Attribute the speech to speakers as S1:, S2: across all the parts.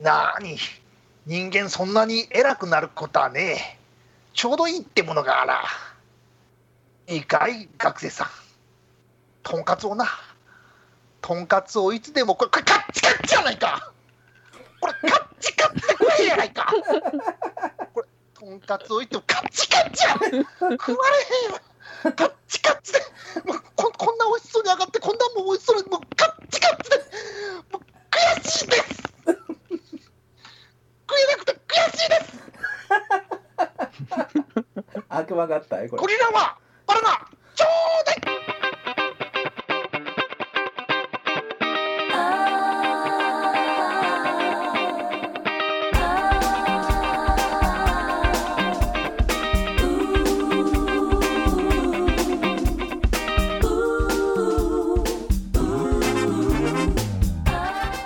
S1: なーに人間そんなに偉くなることはねえちょうどいいってものがあらいいかい学生さんとんかつをなとんかつをいつでもこれこれカッチカッチじゃないかこれカッチカッチこれじゃないかこれとんかつをいつでもカッチカッチや食われへんよカッチカッチでもうここんな美味しそうに上がってこんなもん美味しそうにもうカッチカッチでもう悔しいです食えなくて悔しいです
S2: 悪魔合体これ
S1: ゴリラはバナナちょうだい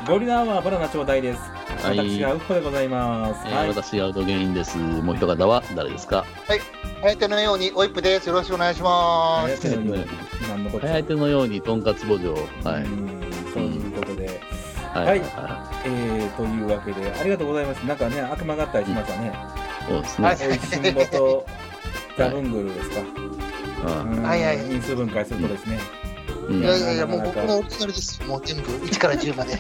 S2: ゴリラアワーバナナちょうだいです
S3: い
S2: 私がウッコでございます、
S3: えー私がアウトゲインです。もう一方は誰ですか
S1: 早手のようにオイプですよろしくお願いしま
S2: 早
S1: す
S2: 手のように何のこっちゃ
S3: 早手のようにとんかつ墓場。はい。
S2: うんということで、
S3: はい。
S2: はい
S3: は
S2: えー、というわけでありがとうございますなんかね悪魔合体しましたね、
S3: いそうです
S1: は
S3: ね
S1: い。
S2: おいしんぼと ザブングルですか、
S3: うん
S2: うん
S1: はいはい
S2: 因数分解するとですね、
S3: う
S1: い
S3: ん
S1: やいやいやもう僕のオリジナルですよもう全部1から10まで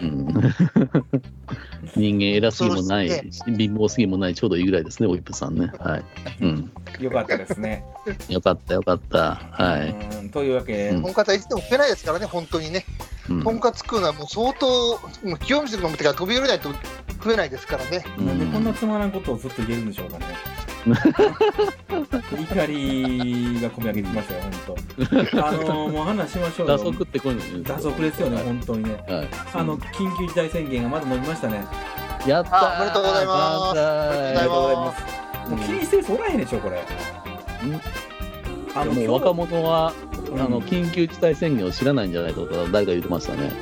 S3: うん人間偉すぎもない
S1: そうで、
S3: 貧乏すぎもない、ちょうどいいぐらいですね、おいっぷさんね。はい。うん。
S2: よかったですね、
S3: よかった、よかった。はい。
S2: うんというわけで、
S3: うん
S1: とんかつはいつでも食えないですからね本当にね
S3: うん
S1: とんかつ食うのはもう相当もう清水君の手が飛び降りないと食えないですからね
S2: なんでこんなつまらんことをずっと言えるんでしょうか ね。怒りが込み上げてきましたよ、本 当。あのーもう話しましょう
S3: 打
S2: よ。
S3: 足ってこういうのね
S2: 打足ですよね、本当にね。
S3: はい。
S2: あの、緊急事態宣言がまだ伸びましたね。
S3: やったー
S1: あおめでとうございます
S3: 万
S1: おめで
S2: あり
S3: 歳
S1: と
S2: が
S1: うご
S2: とうご
S1: ざ
S2: ざ
S1: い
S2: い
S1: ま
S2: ますす。もう気にしてる人おらへんでしょ、これ。あ
S3: も
S2: 今
S3: う
S2: 日
S3: 若者は、
S2: うん
S3: あの緊急事態宣言を知らないんじゃないかとか誰か言ってましたね。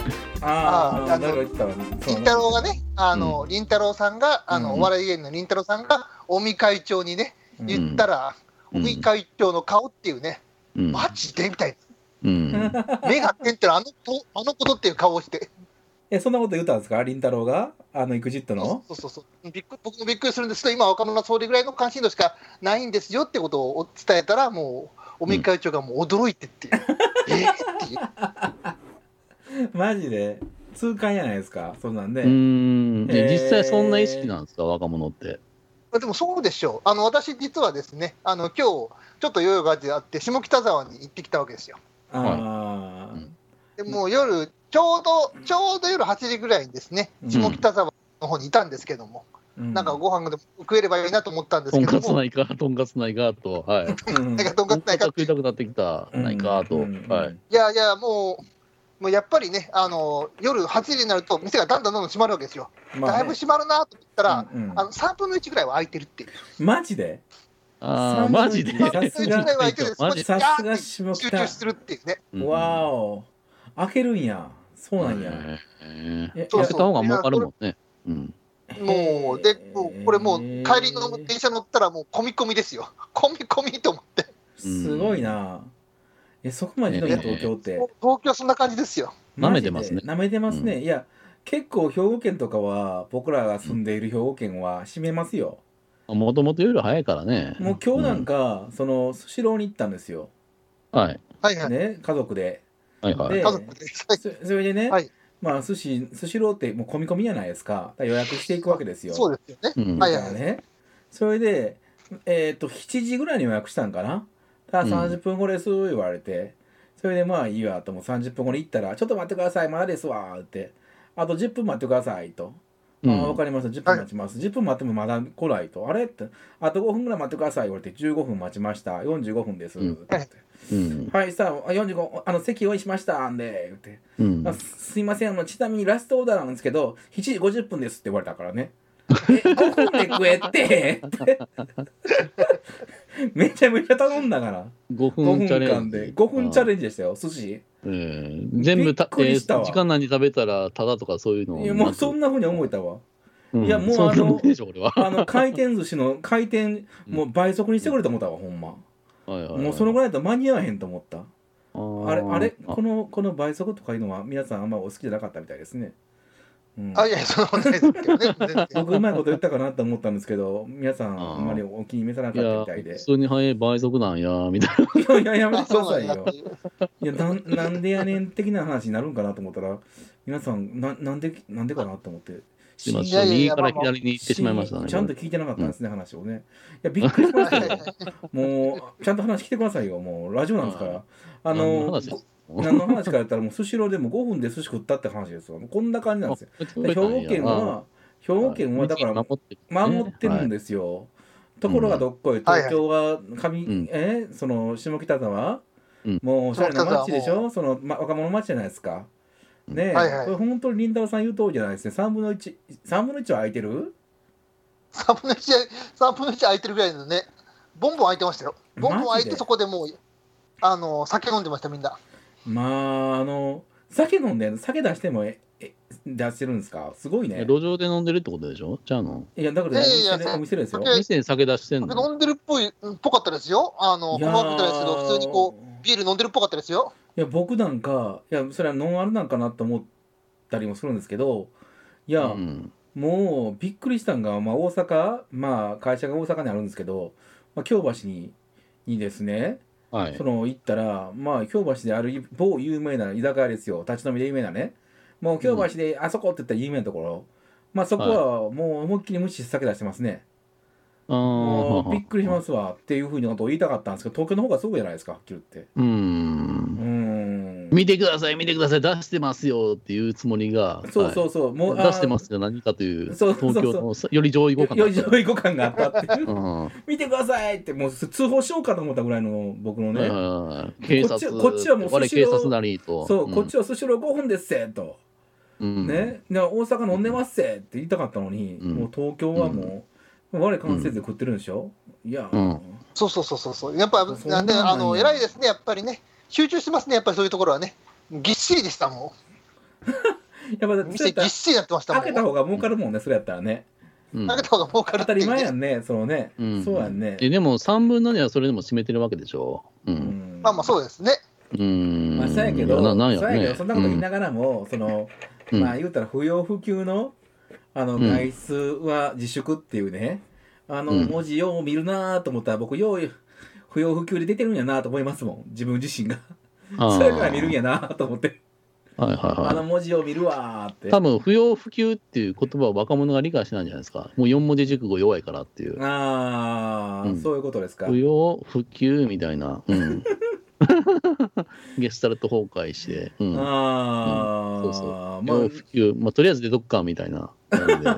S2: あ
S1: あ
S2: あ、
S1: あの
S2: 誰か言ってたわね。そう
S1: りんたろうがね、あの、りんたろうさんが、あの、
S3: うん
S1: お笑い芸人のりんたろうさんが、尾身会長にね、
S2: うん
S1: 言ったら、
S3: う
S1: 尾
S3: ん
S1: 身会長の顔っていうね、
S3: うん
S1: マジでみたい
S3: うん、
S1: な。目が点ってのはあのと、あのことっていう顔をして。
S2: え、そんなこと言ったんですか、りんたろうが、あの、エグジットの。
S1: そうそうそう。びっくり僕もびっくりするんですけど、今、若者総理ぐらいの関心度しかないんですよってことを伝えたら、もう、尾身会長がもう驚いてって いう。えーっていう。
S2: マジで、痛感やないですか、そんなん
S3: う
S2: で。
S3: ん
S2: えー
S3: 実際そんな意識なんですか、若者って。
S1: まあでもそうでしょう。あの、私実はですね、あの、今日、ちょっと用用があって、下北沢に行ってきたわけですよ。
S2: ああ、
S3: はい
S1: でもう夜、ちょうど、ちょうど夜8時ぐらいにですね、
S2: うん
S1: 下北沢の方にいたんですけども、
S2: うん
S1: なんかご飯でも食えればいいなと思ったんです
S3: とん
S1: けど
S3: かつ
S1: も、
S3: ないか、 とんかつないかと、はい。
S2: うん
S1: なんか とんかつないか、
S3: 食いたくなってきた、ないかと、
S2: うん
S3: はい。
S1: いやいや、もう、もうやっぱりね、あの夜8時になると、店がだんだんどんどん閉まるわけですよ。
S2: まあね
S1: だいぶ閉まるなと思ったら、
S2: うんうん
S1: あの3分の1ぐらいは空いてるっていう、
S2: マジで
S3: ああ、マジで。
S2: さ
S1: 3
S2: す
S1: 分の1
S2: が
S1: ぐらいは空いてる、そこ
S3: マ
S1: で
S3: ジ
S1: ガ
S2: さす
S1: ー
S2: が
S1: ッ
S2: 下
S1: て集中
S2: 北
S1: するっていうね、
S2: わお開けるんやそうなんや、
S3: えー
S2: え
S1: そう
S3: 開
S1: そ
S3: け
S1: う
S3: た方が儲かるもんね。うん。
S1: もう、でもうこれ、もう帰りの電車乗ったら、もう込み込みですよ、 込み込みと思って、
S2: すごいなえそこまでひどいの東京って、
S1: もう東京、そんな感じですよ。
S3: 舐めてますね
S2: マジで舐めてますね、
S3: う
S2: いや結構兵庫県とかは僕らが住んでいる兵庫県は閉めますよ、
S3: もともとより早いからね。
S2: もう今日なんか、そのスシローに行ったんですよ
S3: うん。はい。
S1: はいはい、
S2: ね家族で
S3: はいはい。
S2: で
S1: 家族で、はい
S2: そそれでね、
S1: はい
S2: まあ寿司スシローってもう込み込みじゃないですかだから予約していくわけですよ
S1: そうですよね。
S3: うん
S1: はい
S2: だからね、それで、えっと7時ぐらいに予約したんかなただ
S3: うん
S2: 30分後です言われて、それでまあいいわともう30分後に行ったら「ちょっと待ってくださいまだですわ」って「あと10分待ってください」と「
S3: うん
S2: あ分かりました10分待ちます、10分待ってもまだ来ないと「あれ?」って「あと5分ぐらい待ってください」言われて「15分待ちました45分です」
S3: うん
S2: って
S3: うん。
S2: はいさあ45あの席用意しましたんで」言って
S3: うん
S2: あすすいませんあのちなみにラストオーダーなんですけど7時50分ですって言われたからねえ5分で食えって ってめちゃめちゃ頼んだから
S3: 5
S2: 5
S3: 分チャ
S2: 分
S3: レン
S2: 間
S3: ジ。
S2: で5分チャレンジでしたよ寿司
S3: うん全部た、
S2: びっく
S3: え
S2: り
S3: ー
S2: したわ
S3: 時間内に食べたらただとかそういうの
S2: いやもうそ
S3: なく
S2: んなふうに思えたわ
S3: うん
S2: いやもう
S3: そんな
S2: あの
S3: もんでしょ俺は
S2: あ の回転寿司の回転もう倍速にしてくれと思ったわほんま
S3: はいはいはい
S2: もうそのぐらいだと間に合わへんと思ったあれ
S3: ー
S2: あれこのこの倍速とかいうのは皆さんあんまお好きじゃなかったみたいですねうん
S1: あいやいやそんなことないですけどね全然
S2: 僕うまいこと言ったかなと思ったんですけど皆さん
S3: あ
S2: あ
S3: ー
S2: んまりお気に召さなか
S3: い
S2: った
S3: や
S2: みたいで
S3: 普通に早い倍速なんやみたい
S2: い やいややめて
S1: あ
S2: くだ
S1: そ
S2: さ
S1: う
S2: い
S1: なん
S2: よ
S1: だ
S2: いやなんなんでやねん的な話になるんかなと思ったら皆さんななんでなんでかなと思って
S3: な
S1: し
S2: し
S1: いやいやい
S3: 右
S1: や
S3: から左に行ってしまいましたね
S2: しちゃんと聞いてなかったんですね、話をねいやびっくりしま したよもうちゃんと話聞いてくださいよもうラジオなんですからあ
S3: 何
S2: の
S3: の話
S2: 何の話かやったらもうスシローでも5分で寿司食ったって話ですよこんな感じなんですよで兵庫県は兵庫県はだから
S3: 守って
S2: 守ってるん
S3: で
S2: ですよ、ところがどっこい、東京は上、
S3: うん
S2: えその下北沢、
S3: うん
S2: もうおしゃれな街で
S1: 下
S2: し
S1: 北沢
S2: ょその、ま、若者街じゃないですか
S3: うん
S2: ねえ、
S1: はいはい
S2: これ本当にりんたろーさん言う通りじゃないですね3分の13分の1は空いてる
S1: 3分の1三分の1空いてるぐらいのねボンボン空いてましたよボンボン空い
S2: マジ
S1: て
S2: で
S1: そこでもうあの酒飲んでましたみんな
S2: まああの酒飲んで酒出してもええ出してるんですかすごいね
S3: 路上で飲んでるってことでしょちゃうの
S2: いやだからね
S1: いやいや
S2: お店で
S1: そ
S2: お店です
S1: 酒
S2: よ
S3: 店に酒出してん
S1: 酒
S3: の
S1: 飲んでるっぽいうんっぽかったですよあの
S2: いや
S1: 細かく見たらですけど普通にこ
S2: ー
S1: うビール飲んでるっぽかったですよ
S2: いや僕なんかいやそれはノンアルなんかなと思ったりもするんですけどいや、
S3: うん
S2: もうびっくりしたんが、まあ、大阪、まあ、会社が大阪にあるんですけど、まあ、京橋ににですね、
S3: はい
S2: その行ったら、まあ、京橋である某有名な居酒屋ですよ立ち飲みで有名なねもう京橋で、あそこって言ったら有名なところ、まあ、そこはもう思いっきり無視して酒出してますね、
S3: あ
S2: も
S3: ー
S2: うびっくりしますわっていうふうなことを言いたかったんですけど東京の方がそうじゃないですかはっきり言って
S3: う
S2: うー
S3: ん
S2: ん
S3: 見てください見てください出してますよっていうつもりが
S2: そうそううそう、もう
S3: 出してますすよ何かという
S2: そうそうそう
S3: 東京のより上位
S2: よ
S3: 互換
S2: より上位互換があったっていう
S3: うんはい
S2: 見てくださいってもう通報しようかと思ったぐらいの僕のね、
S3: はい警察
S2: こっちこっちはもう
S3: 我
S2: スシ
S3: 警
S2: ロー
S3: 察なりと
S2: そう、こっちはスシロー5分ですせと、
S3: うん
S2: ねで大阪飲んでますせって言いたかったのに、
S3: うん
S2: もう東京はもう、我関西で食ってるんでしょ、いや、
S3: うん
S1: そうそうそうそうそうやっぱ
S2: そう
S1: なんで
S2: そうなんや
S1: あの偉いですねやっぱりね集中してますねやっぱりそういうところはねぎっしりでしたも
S2: やっぱだっ
S1: ん
S2: てそう
S1: 店
S2: やった
S1: ぎっ
S2: ら
S1: しりになってましたもん
S2: 開けた
S1: 開
S2: 方が儲かるもんねそれやったらね
S3: うん
S1: けた方が儲かる
S2: 当
S1: ったてい
S2: り
S1: う
S2: 前
S1: ね
S2: やんねそのね、
S3: うん
S2: そうやんね
S3: えでも3分の2はそれでも占めてるわけでしょ。う。
S2: うんん
S1: まあまあそうですね
S3: うん。
S2: まあ、そうやけど、
S3: いななんや
S2: そうやけど、そんなこと言いな
S3: く
S2: がらも、その、
S3: うん
S2: まあ、言うたら不要不急の。あの、
S3: うん
S2: 外出は自粛っていうね。あの、
S3: うん
S2: 文字よう見るなと思ったら、僕、よう。不要不急で出てるんやなと思いますもん、自分自身が。それから見るん
S3: や。
S2: やなと思って、
S3: はいは
S2: あ
S3: い
S2: の
S3: は
S2: 文字を見るわーって
S3: い。。多分不要不急っていう言葉を若者が理解してないんじゃないですか。もう4文字熟語弱いからっていう。
S2: ああ、
S3: うん
S2: そういうことですか。
S3: 不要不急みたいな。 うん。ゲスタルト崩壊して。うん。
S2: ああ、
S3: うんそうそう
S2: まあ
S3: 不要不急、まあ、とりあえず出とくかみたい な感じで も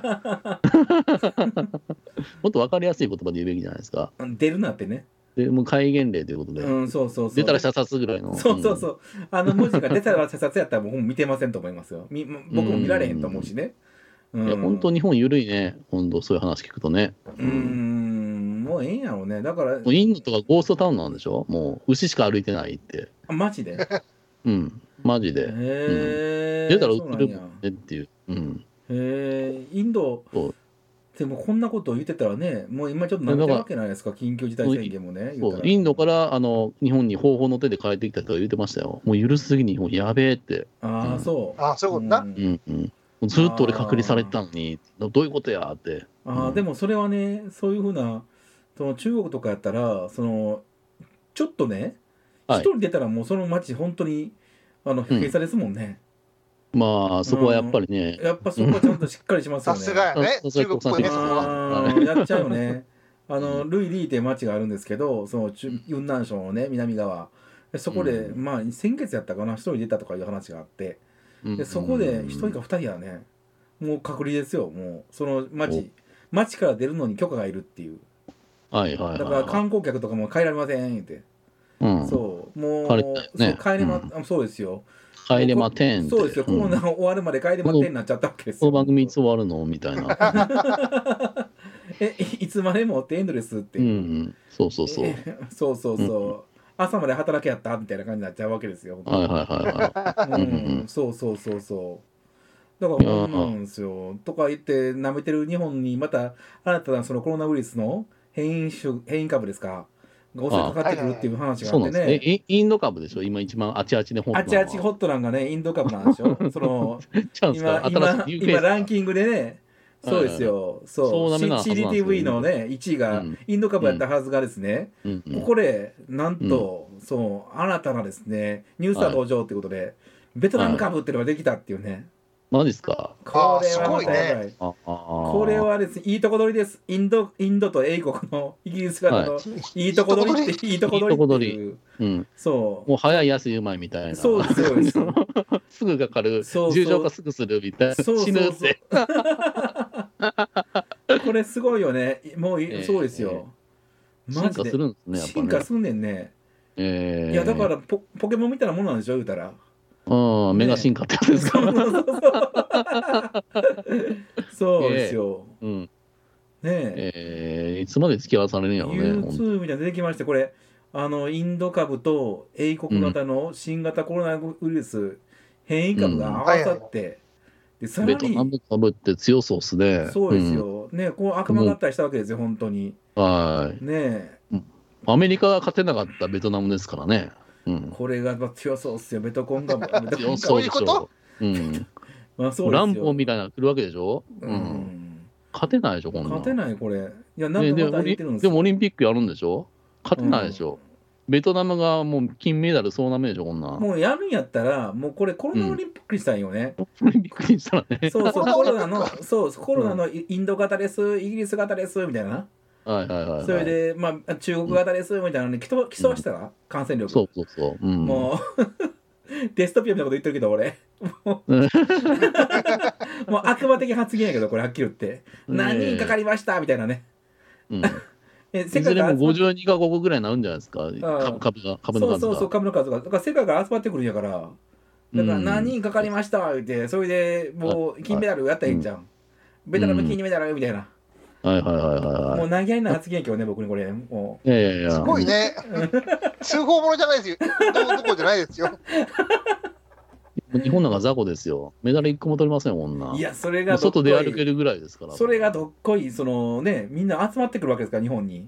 S3: っと分かりやすい言葉で言うべきじゃないですか。
S2: 出るなってね。
S3: でもう戒厳令ということで、
S2: うん、そうそうそう。
S3: 出たら射殺ぐらいの。
S2: そうそう
S3: う
S2: そう、あの文字が出たら射 殺やったらもう見てませんと思いますよみ僕も見られへんと思うしねうん
S3: ん。いや本当日本緩いね、本当そういう話聞くとね。
S2: うんもうええんやろうねだから
S3: もうインドとかゴーストタウンなんでしょもう牛しか歩いてないって。
S2: マ ジで
S3: うん、マジで。
S2: へえ
S3: 出たら
S2: そうな
S3: 映
S2: ん
S3: る
S2: や
S3: もんねっていう。うん。
S2: へえインド
S3: そう
S2: でもこんなことを言ってたらねもう今ちょっとなめてるわけないですか緊急事態宣言もね言
S3: そう
S2: たら
S3: インドからあの日本に方法の手で帰ってきた人が言ってましたよ。もう緩すぎに日本やべえって。
S2: ああそう
S1: あそういうことな、
S2: うん
S3: うんうん。もうずっと俺隔離されてたのに、どういうことやって。
S2: あ
S3: う
S2: あ
S3: ん
S2: でもそれはねそういうふうなその中国とかやったらそのちょっとね一、
S3: はい
S2: 人出たらもうその街本当にあの閉鎖ですもんね、
S3: まあそこはやっぱりね、
S2: やっぱそこはちゃんとしっかりしますよ
S1: さ
S2: ね
S1: すがやね
S3: そう
S1: 中国っぽいね
S3: そう
S1: そこは
S2: あーやっちゃうよ ねあのルイ・リーって町があるんですけどその中雲南省のね南側でそこで、
S3: う
S2: まあ先月やったかな一人出たとかいう話があって
S3: うん
S2: でそこで一人か二人やねもう隔離ですよもうその町町から出るのに許可がいるっていう
S3: はいはいはいはい。
S2: だから観光客とかも帰られませんって、
S3: うん、
S2: そうもう
S3: 帰れたよね
S2: そう帰れま、あそうですよ
S3: 帰れまてんって。
S2: そうですよ、
S3: うん
S2: コロナ終わるまで帰れまてんになっちゃったわけです
S3: こ
S2: よ
S3: の番組いつ終わるのみたいな。
S2: えいいつまでもってエンドレスって、
S3: うんうん。そうそうそう。はい
S2: え そうそうそう、朝まで働けやったみたいな感じになっちゃうわけですよ、
S3: はいはいは
S2: うんそうそうそうそうだからこんなんですよとか言って舐めてる日本にまた新たなそのコロナウイルスの変異種変異株ですかが襲いかかってくるっていう 話があ
S3: そう
S2: っ
S3: な
S2: て
S3: んですね。
S2: ね。
S3: インインド株でしょ今一番あちあちで本
S2: あっちあっちホットランがね、インド株なんでし ょその、
S3: チャンス
S2: 今
S3: か、新
S2: 今
S3: しい
S2: 今ランキングでね、そうですよ、
S3: そう
S2: そう、
S3: ダメなはずなんですよ
S2: CTV のね、1位が
S3: うん
S2: インド株やったはずがですね、
S3: うんうん
S2: ここで、なんと、そう、新たなですね、ニュースター登場ということで、ベトナム株っていうのができたっていうね、
S3: マジっすか
S2: これは
S1: あーすご
S2: ま
S1: い
S2: た
S1: ね
S2: やばい。
S3: ああ
S2: こ
S3: こ
S2: れはですね、いいとこ取りです。インド、インドと英国のイギリスからの、い、いとこ取りって、いいとこ取りっていう。
S3: うん、
S2: そう。
S3: もう早い安いうまいみたいな
S2: そうです、 そうです。
S3: すぐかかる
S2: そうそう
S3: 重症化すぐするみたいな
S2: そうそう
S3: 死ぬって
S2: そう。 これすごいよね。もうい、
S3: ええ
S2: そうですよ。マ
S3: 進
S2: ジ
S3: 化
S2: で。
S3: するんですねやっぱ
S2: 進化
S3: ね、
S2: すんねんね。
S3: えー、
S2: いや、だからポ、ポケモンみたいなものなんでしょ、言うたら。
S3: うんメガ進化ってやつですか、
S2: そうそうそうそう。そうですよ。
S3: うん
S2: ねえ。
S3: えー、いつまで付き合わされるんやろうねほん
S2: U2 みたいなの出てきまして、これ、あの、インド株と英国型の新型コロナウイルス変異株が合わさって、で、さら
S3: ベトナ
S2: に、
S3: ム株って強そうっすね
S2: そうです、よ。ねこう悪魔があったりしたわけですよ、本当に。
S3: うんはい
S2: ねえ。
S3: アメリカが勝てなかったベトナムですからね、うん、
S2: これがまあ強そうっすよ、ベトコンが。ベトコンが
S3: 強そうう
S1: い
S3: で
S1: う
S3: し
S1: こと
S3: ょうん、
S2: まあそうですよ。
S3: 乱暴みたいなの来るわけでしょ、う
S2: うんん。
S3: 勝てないでしょこんなん
S2: 勝てない、これ。いや、なん
S3: ね
S2: か
S3: で
S2: また言ってるん
S3: オリ
S2: です
S3: でも
S2: よ。
S3: オリンピックやるんでしょ勝てないでしょ、ベトナムがもう金メダル総なめでしょこんなん
S2: もうやるんやったら、もうこれコロナオリンピックにしたいよね。
S3: オリンピックにしたらね
S2: そうそ
S1: コ
S2: う、
S1: ロナ
S2: コ
S1: オリ
S2: ロ
S1: ンピ
S2: ナ
S1: ック
S2: の、そう、コロナのインド型です、イギリス型です、みたいな。
S3: はいはいはいはい、
S2: それで、まあ、中国型です、みたいなのに、きと競わしたら、感染力。
S3: そうそうそう、うん、
S2: もう、 デストピアみたいなこと言ってるけど、 俺。もう、もう悪魔的発言やけど、これ、はっきり言って。何人かか
S3: り、
S2: りましたみたいなね。
S3: うん、
S2: え
S3: いずれも
S2: 集まっ
S3: 52か国ぐらいになるんじゃないですか株株が株の
S2: そう
S3: 数が
S2: そうそう、株の数が。だから世界から集まってくるんやから。だから
S3: うん
S2: 何人かかりました言って、それでもう金メダルやったらいいんじゃん。ベトナム金メダルみたいな。
S3: はいはいはいは
S2: も
S3: いは
S2: う投げ合いな発言やけどね、僕にこれ。も
S3: いいやいやいや
S1: すごいね。通報ものじゃないですよ。どうどこじゃないですよ。
S3: 日本なんか雑魚ですよメダル1個も取れませんよこんな
S2: ういや、それ
S3: も
S2: が
S3: う
S2: どっこ
S3: 外
S2: い
S3: で歩けるぐらいですから
S2: それがどっこい、そのね、みんな集まってくるわけですから、日本 に。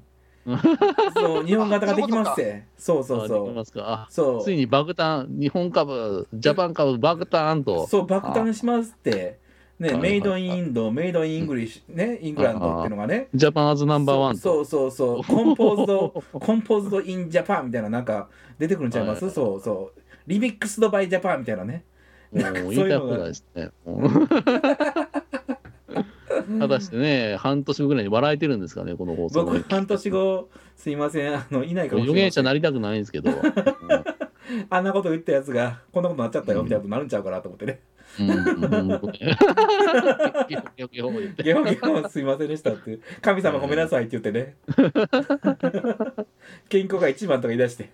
S2: そう、日本型ができますって。そう
S3: あ
S2: そう
S3: でき
S2: そ
S3: ま
S2: う。
S3: すかあ
S2: そう。
S3: ついに爆誕日本株ジャパン株爆誕と
S2: そう、爆誕しますって、ね、
S3: はいはいはい
S2: メイドインインド、メイドインイングリッシュ、ね、イングランドっていうのがね、
S3: ジャパンアズナンバーワンと
S2: そうそうそうそう、コンポーズド、コンポーズドインジャパンみたいな、なんか出てくるんちゃいます、
S3: はい
S2: そうそう、リミックスドバイジャパンみたいなね、
S3: もう言いたい放題ですね。うん果たしてね、半年後ぐらいに笑えてるんですかね、この放送。
S2: 僕、半年後、すいません、あのいないかもし
S3: 予
S2: れ
S3: 言
S2: な
S3: 者
S2: い
S3: なりたくないんですけど、う
S2: あんなこと言ったやつが、こんなことなっちゃったよみたいなことになるんちゃうかなと思ってね、
S3: んうんうんゲホゲホゲホ言っ て
S2: ゲホゲホ、すいませんでしたって、神様ごめんなさいって言って ね、健康が一番とか言い出して、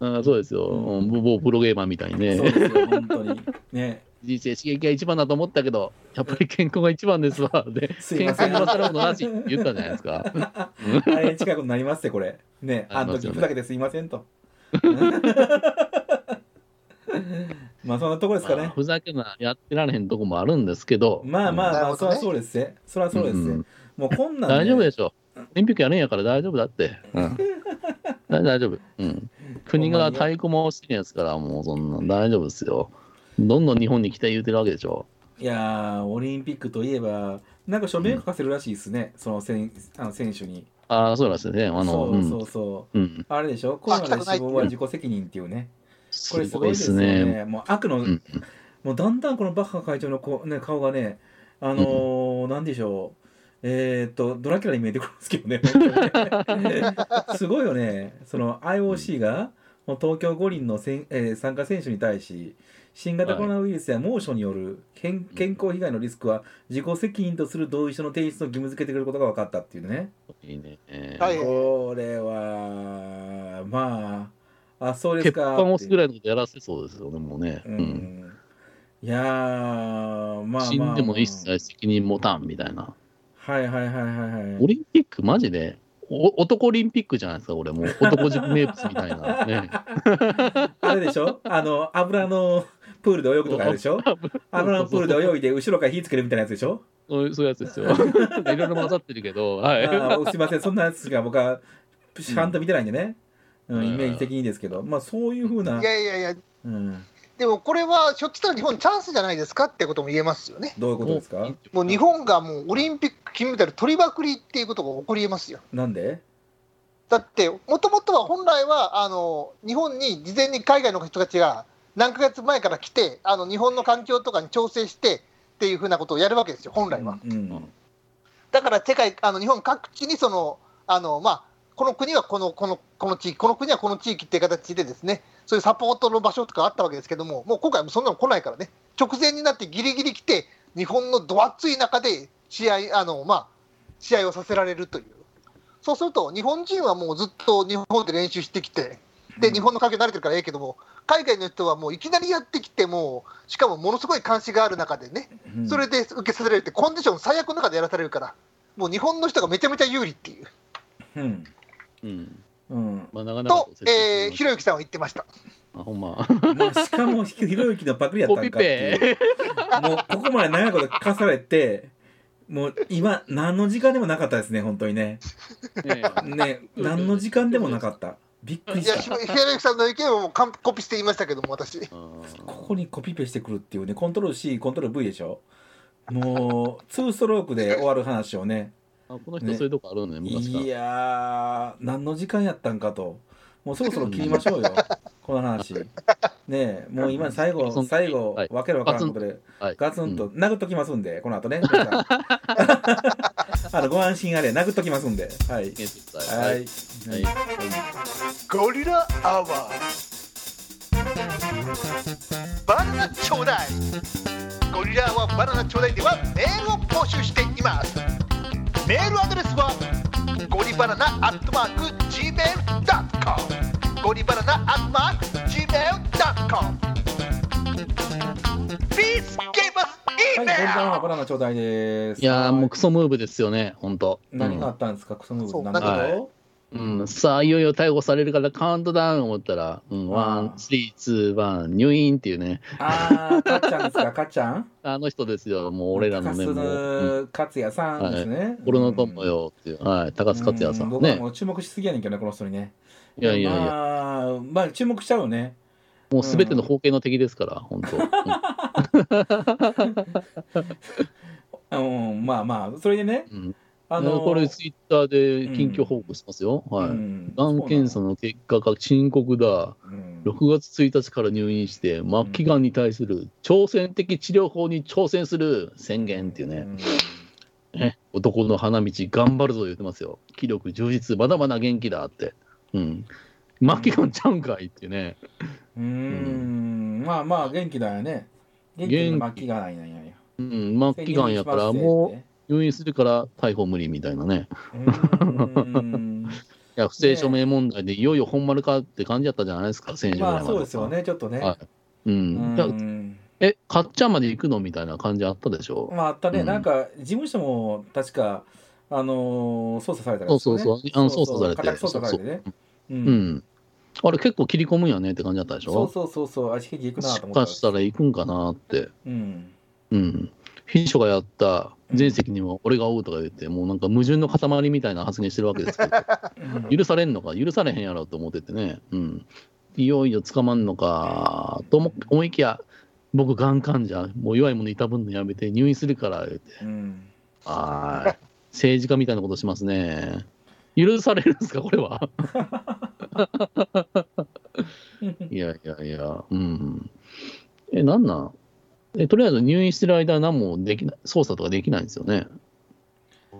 S3: あそうですよ、うんもうもうプロゲーマーみたいに
S2: そう
S3: ね、
S2: ですよ、本当に。ね
S3: 人生刺激が一番だと思ったけど、やっぱり健康が一番で すわ、で、
S2: すい
S3: 健
S2: ま
S3: 康
S2: せん
S3: に勝ることなしって言ったじゃないですか。
S2: あれ近くになりますってこれ。ね、
S3: な
S2: あ
S3: り
S2: の
S3: ます
S2: 時
S3: よね
S2: ふざけてすいませんと。 まあそんなとこですか
S3: まあ
S2: ね。
S3: ふざけんな、やってられへんとこもあるんですけど、
S2: まあまあ
S1: なる
S2: ま
S1: ほ
S2: あ、そ
S1: ど
S2: り
S1: ね
S2: ゃそうですね。そりゃそうです
S3: う
S2: ね
S3: ん。
S2: もうこんなんね
S3: 大丈夫でしょ。オリンピックやるんやから大丈夫だって。うん、大大丈夫、うん。国が太鼓もしてるやつから、もうそんな大丈夫ですよ。どんどん日本に来て言うてるわけでしょ。
S2: いやー、オリンピックといえば、なんか署名書かせるらしいですね、その選あの選手に。
S3: ああ、そうなんですね。あの、
S2: そうそうそう。
S3: うん。うん、
S2: あれでしょ、コロナで死亡は自己責任っていうね。これすごいですよね。。もう悪の、
S3: ん
S2: もうだんだんこのバッハ会長のこう、ね、顔がね、あのーなんでしょう、えーっと、ドラキュラに見えてくるんですけど ね、本当にねすごいよね、その IOC が、もう東京五輪のせん、えー参加選手に対し、新型コロナウイルスや猛暑による健健康被害のリスクは自己責任とする同意書の提出を義務付けてくることが分かったっていうね。
S3: いいね。
S1: はい
S2: これは、まあ、あ、そうです
S3: 鉄
S2: か。
S3: 板を押すぐらいのことやらせそうですよね、もうね。
S2: う
S3: うんん。
S2: いやー、まあ、まあ、
S3: 死んでも一切責任持たんみたいな。
S2: はいはいはいはいは
S3: オ
S2: い。
S3: リンピック、マジで。お男オリンピックじゃないですか、俺もう。男塾名物みたい な。ね。
S2: あれでしょあの、油のプールで泳ぐとかあるでし ょ油のプールで泳いで、後ろから火つけるみたいなやつでしょ
S3: そういうそういうやつですよ。いろいろ混ざってるけど、は
S2: あ
S3: い。
S2: ーすいません、そんなやつが僕は、しかあんた見てないんでね、うん
S3: うん
S2: イメージ的にですけど、まあそういうふうな、
S1: いやいやいや、
S2: うん、
S1: でもこれは、ひょっとしたら日本チャンスじゃないですかってことも言えますよね。
S2: どういうことですか
S1: もう日本がもうオリンピック金メダル取りまくりっていうことが起こりえますよ。
S2: なんで
S1: だって、もともとは本来はあの日本に事前に海外の人たちが何ヶ月前から来て、あの日本の環境とかに調整してっていうふうなことをやるわけですよ、本来は。
S2: うん
S1: だから世界あの日本各地にそのあの、まあ、この国はこのこのこの地域、この国はこの地域っていう形で、ですねそういうサポートの場所とかあったわけですけども、もう今回、そんなの来ないからね、直前になってギリギリ来て、日本のど厚い中で試合あの、まあ、試合をさせられるという、そうすると、日本人はもうずっと日本で練習してきて、で日本の環境に慣れてるからええけども、海外の人はもういきなりやってきて、もうしかもものすごい監視がある中でね、
S2: うん
S1: それで受けさせられて、コンディション最悪の中でやらされるから、もう日本の人がめちゃめちゃ有利っていう、
S2: うん
S3: うん。
S2: うん
S3: まあ、なかなか
S1: と
S3: 説、明
S1: えー、
S3: でき
S1: ひろゆきさんは言ってました。
S3: ないあ、ほんま。
S2: まあ、しかもひひろゆきのパクリやった
S3: コ
S2: んか
S3: ピ
S2: っていう
S3: ペ。
S2: もうここまで長いこと聞かされてもう今何の時間でもなかったですね本当にね
S3: ね
S2: ね何の時間でもなかったびっくり
S1: いや、
S2: し
S1: ひ
S2: た
S1: ろひろゆきさんの意見をもう完コピして言いましたけども、私。
S3: えうん
S2: ここにコピペしてくるっていうねコントロール C コントロール V でしょもう2ストロークで終わる話をね
S3: あこの人そういうとこあるのね、昔から
S2: い。やー何の時間やったんかともうそろそろ切りましょ うよこの話ねえもう今最後最後
S3: はい
S2: わけのわからんことで
S3: はい
S2: ガツンと殴っときますん でこの後 ねあのご安心あれ殴っときますんではいは
S3: は
S2: いい。
S3: はい
S1: ゴリラアワー。バナナちょうだい。ゴリラアワーバナナちょうだいではメールを募集しています。メールアドレスはゴリバナナアットマーク gmail.com ゴリバナナアットマーク gmail.com Please give us
S2: はい、こんばんは、バ
S1: email!
S2: ナナちょうだいです。
S3: いやーもうクソムーブですよね、本当。
S2: 何があったんですか、クソムー
S1: そう
S2: ブ。なんだ
S3: は
S2: ろ
S3: うん、さあ、いよいよ逮捕されるからカウントダウン思ったら、うん、ワン、スリー、ツー、ワン、入院っていうね、
S2: うあー、かっちゃんです か、かっちゃん
S3: あの人ですよ、もう俺らのね、も
S2: 高
S3: う、うん
S2: 須克也さんですね。
S3: 俺の友よっていう、はい、
S2: う
S3: 高
S2: ん。
S3: 須克也さん
S2: 僕は
S3: ね
S2: も。う注目しすぎやねんけどね、この人にね。
S3: いやいやいや、
S2: まあ、まあ、注目しちゃうよね。
S3: もうすべての方形の敵ですから、本 当。
S2: うん、まあまあ、それでね、
S3: うん
S2: あ
S3: うん
S2: の、
S3: これ、ツイッターで近況報告しますよ。はい。がん検査
S2: の。
S3: の結果が深刻だ。
S2: うん
S3: 6月1日から入院して、末期がんに対する挑戦的治療法に挑戦する宣言っていうね、。ね男の花道頑張るぞ言ってますよ。気力充実、まだまだ元気だって。うん。末期がんちゃうんかいっていうね。
S2: うんうん、まあまあ、元気だよね。元気の末期がないなんや。
S3: うん、末期がんやから、もう入院するから逮捕無理みたいなね。
S2: う。うん。
S3: いや、不正署名問題でいよいよ本丸かって感じだったじゃないですか、 先週ぐらい
S2: ま
S3: ま
S2: あ
S3: で。
S2: そうですよ。ね、ちょっとね。
S3: はい。う。
S2: うん
S3: じゃあ
S2: ん、
S3: え、かっちゃんまで行くのみたいな感じあったでしょ。
S2: まああったね、
S3: うん
S2: なんか事務所も確か、あのー、捜査されたらしい
S3: そうそうそうあの捜査されて
S2: 家宅捜査されてね。う
S3: うんん。あれ、結構切り込むんやねって感じだったでし
S2: そう
S3: ょ。
S2: そうそうそう、足引き行くなと思
S3: し
S2: った
S3: かしたら行くんかなって。
S2: うん、
S3: うん。秘書がやった全責任は俺が負うとか言って、もうなんか矛盾の塊みたいな発言してるわけですけど、許されんのか、許されへんやろと思っててね、うん。いよいよ捕まんのか、と思思いきや、僕、がん患者、もう弱いものいたぶんのやめて入院するから、言って、
S2: うん
S3: はーい。政治家みたいなことしますね。許されるんですか、これは。いやいやいや、うん。え、なんなんえ、とりあえず入院してる間、何もできない、操作とかできないんですよね。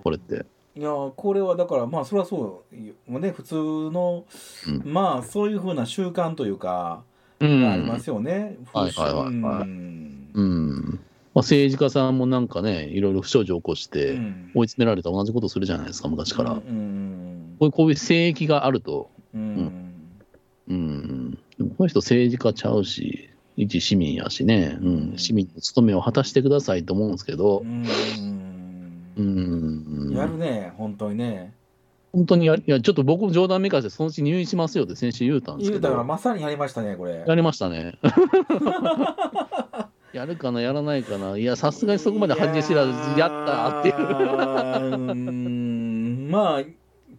S3: これって。
S2: いやーこれはだからまあそれはそうよもうね普通の、
S3: うん
S2: まあそういうふうな習慣というか、
S3: う
S2: ありま
S3: ん。
S2: すよね。
S3: はいはいはいはい
S2: うん
S3: うん。まあ、政治家さんもなんかね、いろいろ不祥事を起こして、
S2: うん
S3: 追い詰められたら同じことするじゃないですか、昔から。
S2: うん
S3: こういうこういう聖域があると、
S2: うんうん
S3: うん。でもこの人政治家ちゃうし、一市民やしね、うん、市民の務めを果たしてくださいと思うんですけど
S2: う、ん
S3: うん。
S2: やるね、本当にね。
S3: 本当にや、いや、ちょっと僕も冗談めかして、そのうち入院しますよって先週言うたんです
S2: 言
S3: け
S2: うた
S3: ど、
S2: らまさにやりましたね、これ。
S3: やりましたね。 やるかな、やらないかな、いや、さすがにそこまで発言してらず、やったーっていう。
S2: う。まあ、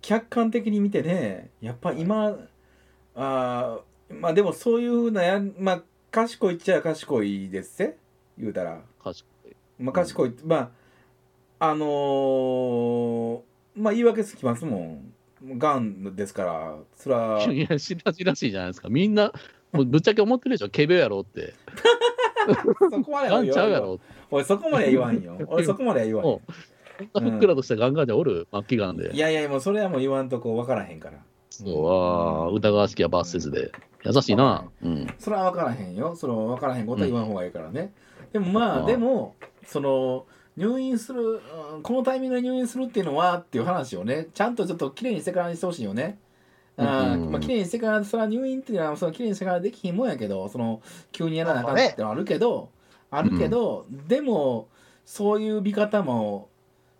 S2: 客観的に見てねやっぱ今あーまあでもそういうふうなやまあ賢いっちゃ賢いですせ言うたら、
S3: 賢い。
S2: まあ、賢い、まああのーまあ言い訳つきますもんがんですからそれ はい
S3: や、知らしらしいじゃないですか。みんな、もうぶっちゃけ思ってるでしょ、ケベやろって。
S2: そこまで
S3: ガ
S2: は
S3: ン
S2: 言
S3: ちゃ
S2: わん
S3: うや
S2: よ
S3: ろって。
S2: 俺そこまでは言わんよ俺そこまでは 言わんよ
S3: そんなふっくらとしたガンガンじゃおる、末期ガンで
S2: い。やいやもうそれはもう言わんとこ分からへんから
S3: そう、ああ、歌川式は罰せずで。優しいな。うん。
S2: それは分からへんよその分からへんことは言わん方がいいからね、でもまあ
S3: ああ
S2: でもその入院するうんこのタイミングで入院するっていうのはっていう話をねちゃんとちょっときれいにしてからにしてほしいよねあ
S3: うん
S2: ーまあ、きれいにしてからそれは入院っていうのはそのきれいにしてからできひんもんやけどその急にやらなあかんってのはあるけど、あるけど、でもそういう見方も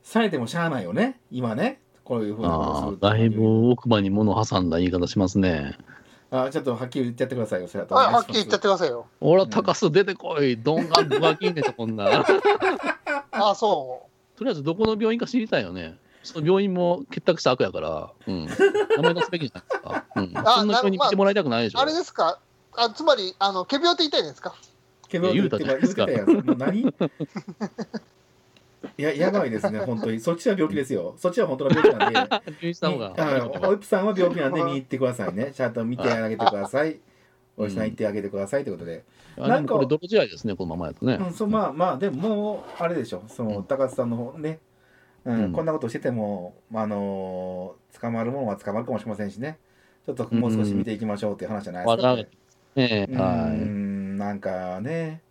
S2: されてもしゃあないよね今ねこういうふうなことをす
S3: あ
S2: る
S3: あ、だいぶ奥歯に物を挟んだ言い方しますね。
S2: あーちょっとはっきり言ってやってくださいよそれとお願い
S1: あ
S2: し
S1: は
S2: ま
S1: っ
S2: す
S1: きり言っちゃってくださいよ。
S3: ほら、高須出てこい。どんがんぶわきんでとこんな。 と
S1: あそ
S3: りあえず、どこの病院か知りたいよね。その病院も結託した悪やから、うん。名前出すべきじゃないですか。うん。
S1: あ
S3: そんな病院に来てもらいたくないでし
S1: う。
S3: ょ。
S1: あれですかあつまり、あの、ケビオって言いたいんですか
S2: けど
S3: いや言うたじゃないですか
S2: 言うてたやんもう何い ややばいですね本当にそっちは病気ですよそっちは本当の病気なんで
S3: 入院した方が。
S2: うんおいぷさんは病気なんで見に行ってください ねちゃんと見てあげてくださいお医者さん行ってあげてくださいということで、
S3: あでもこれ泥試合ですね、このままやとね。
S2: うん、そうまあまあでももうあれでしょその高須さんの方ね、うん
S3: うん
S2: こんなことしてても、まああのー捕まるものは捕まるかもしれませんしねちょっともう少し見ていきましょうっていう話じゃないですか、
S3: うん
S2: う
S3: ねえ、は
S2: ーんなんかね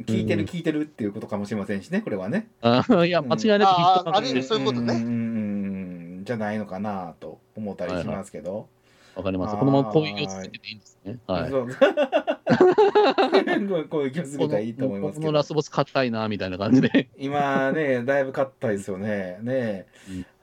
S2: 聞いて
S3: う
S2: る
S3: ん
S2: 聞いてるっていうことかもしれませんしねこれはね
S3: いあー。いや、間違いなくヒット
S1: あある意味そういうことね
S2: ーんじゃないのかなと思ったりしますけど、
S3: わかりま
S2: あ
S3: す。
S2: ー
S3: このまま攻撃を続けていいんですね。はい。
S2: そう こういう気がする
S3: こ
S2: と
S3: の
S2: いいと思います
S3: こ
S2: け
S3: の
S2: ど
S3: ラスボス硬いなみたいな感じで。
S2: 今ねだいぶ勝ったですよねね、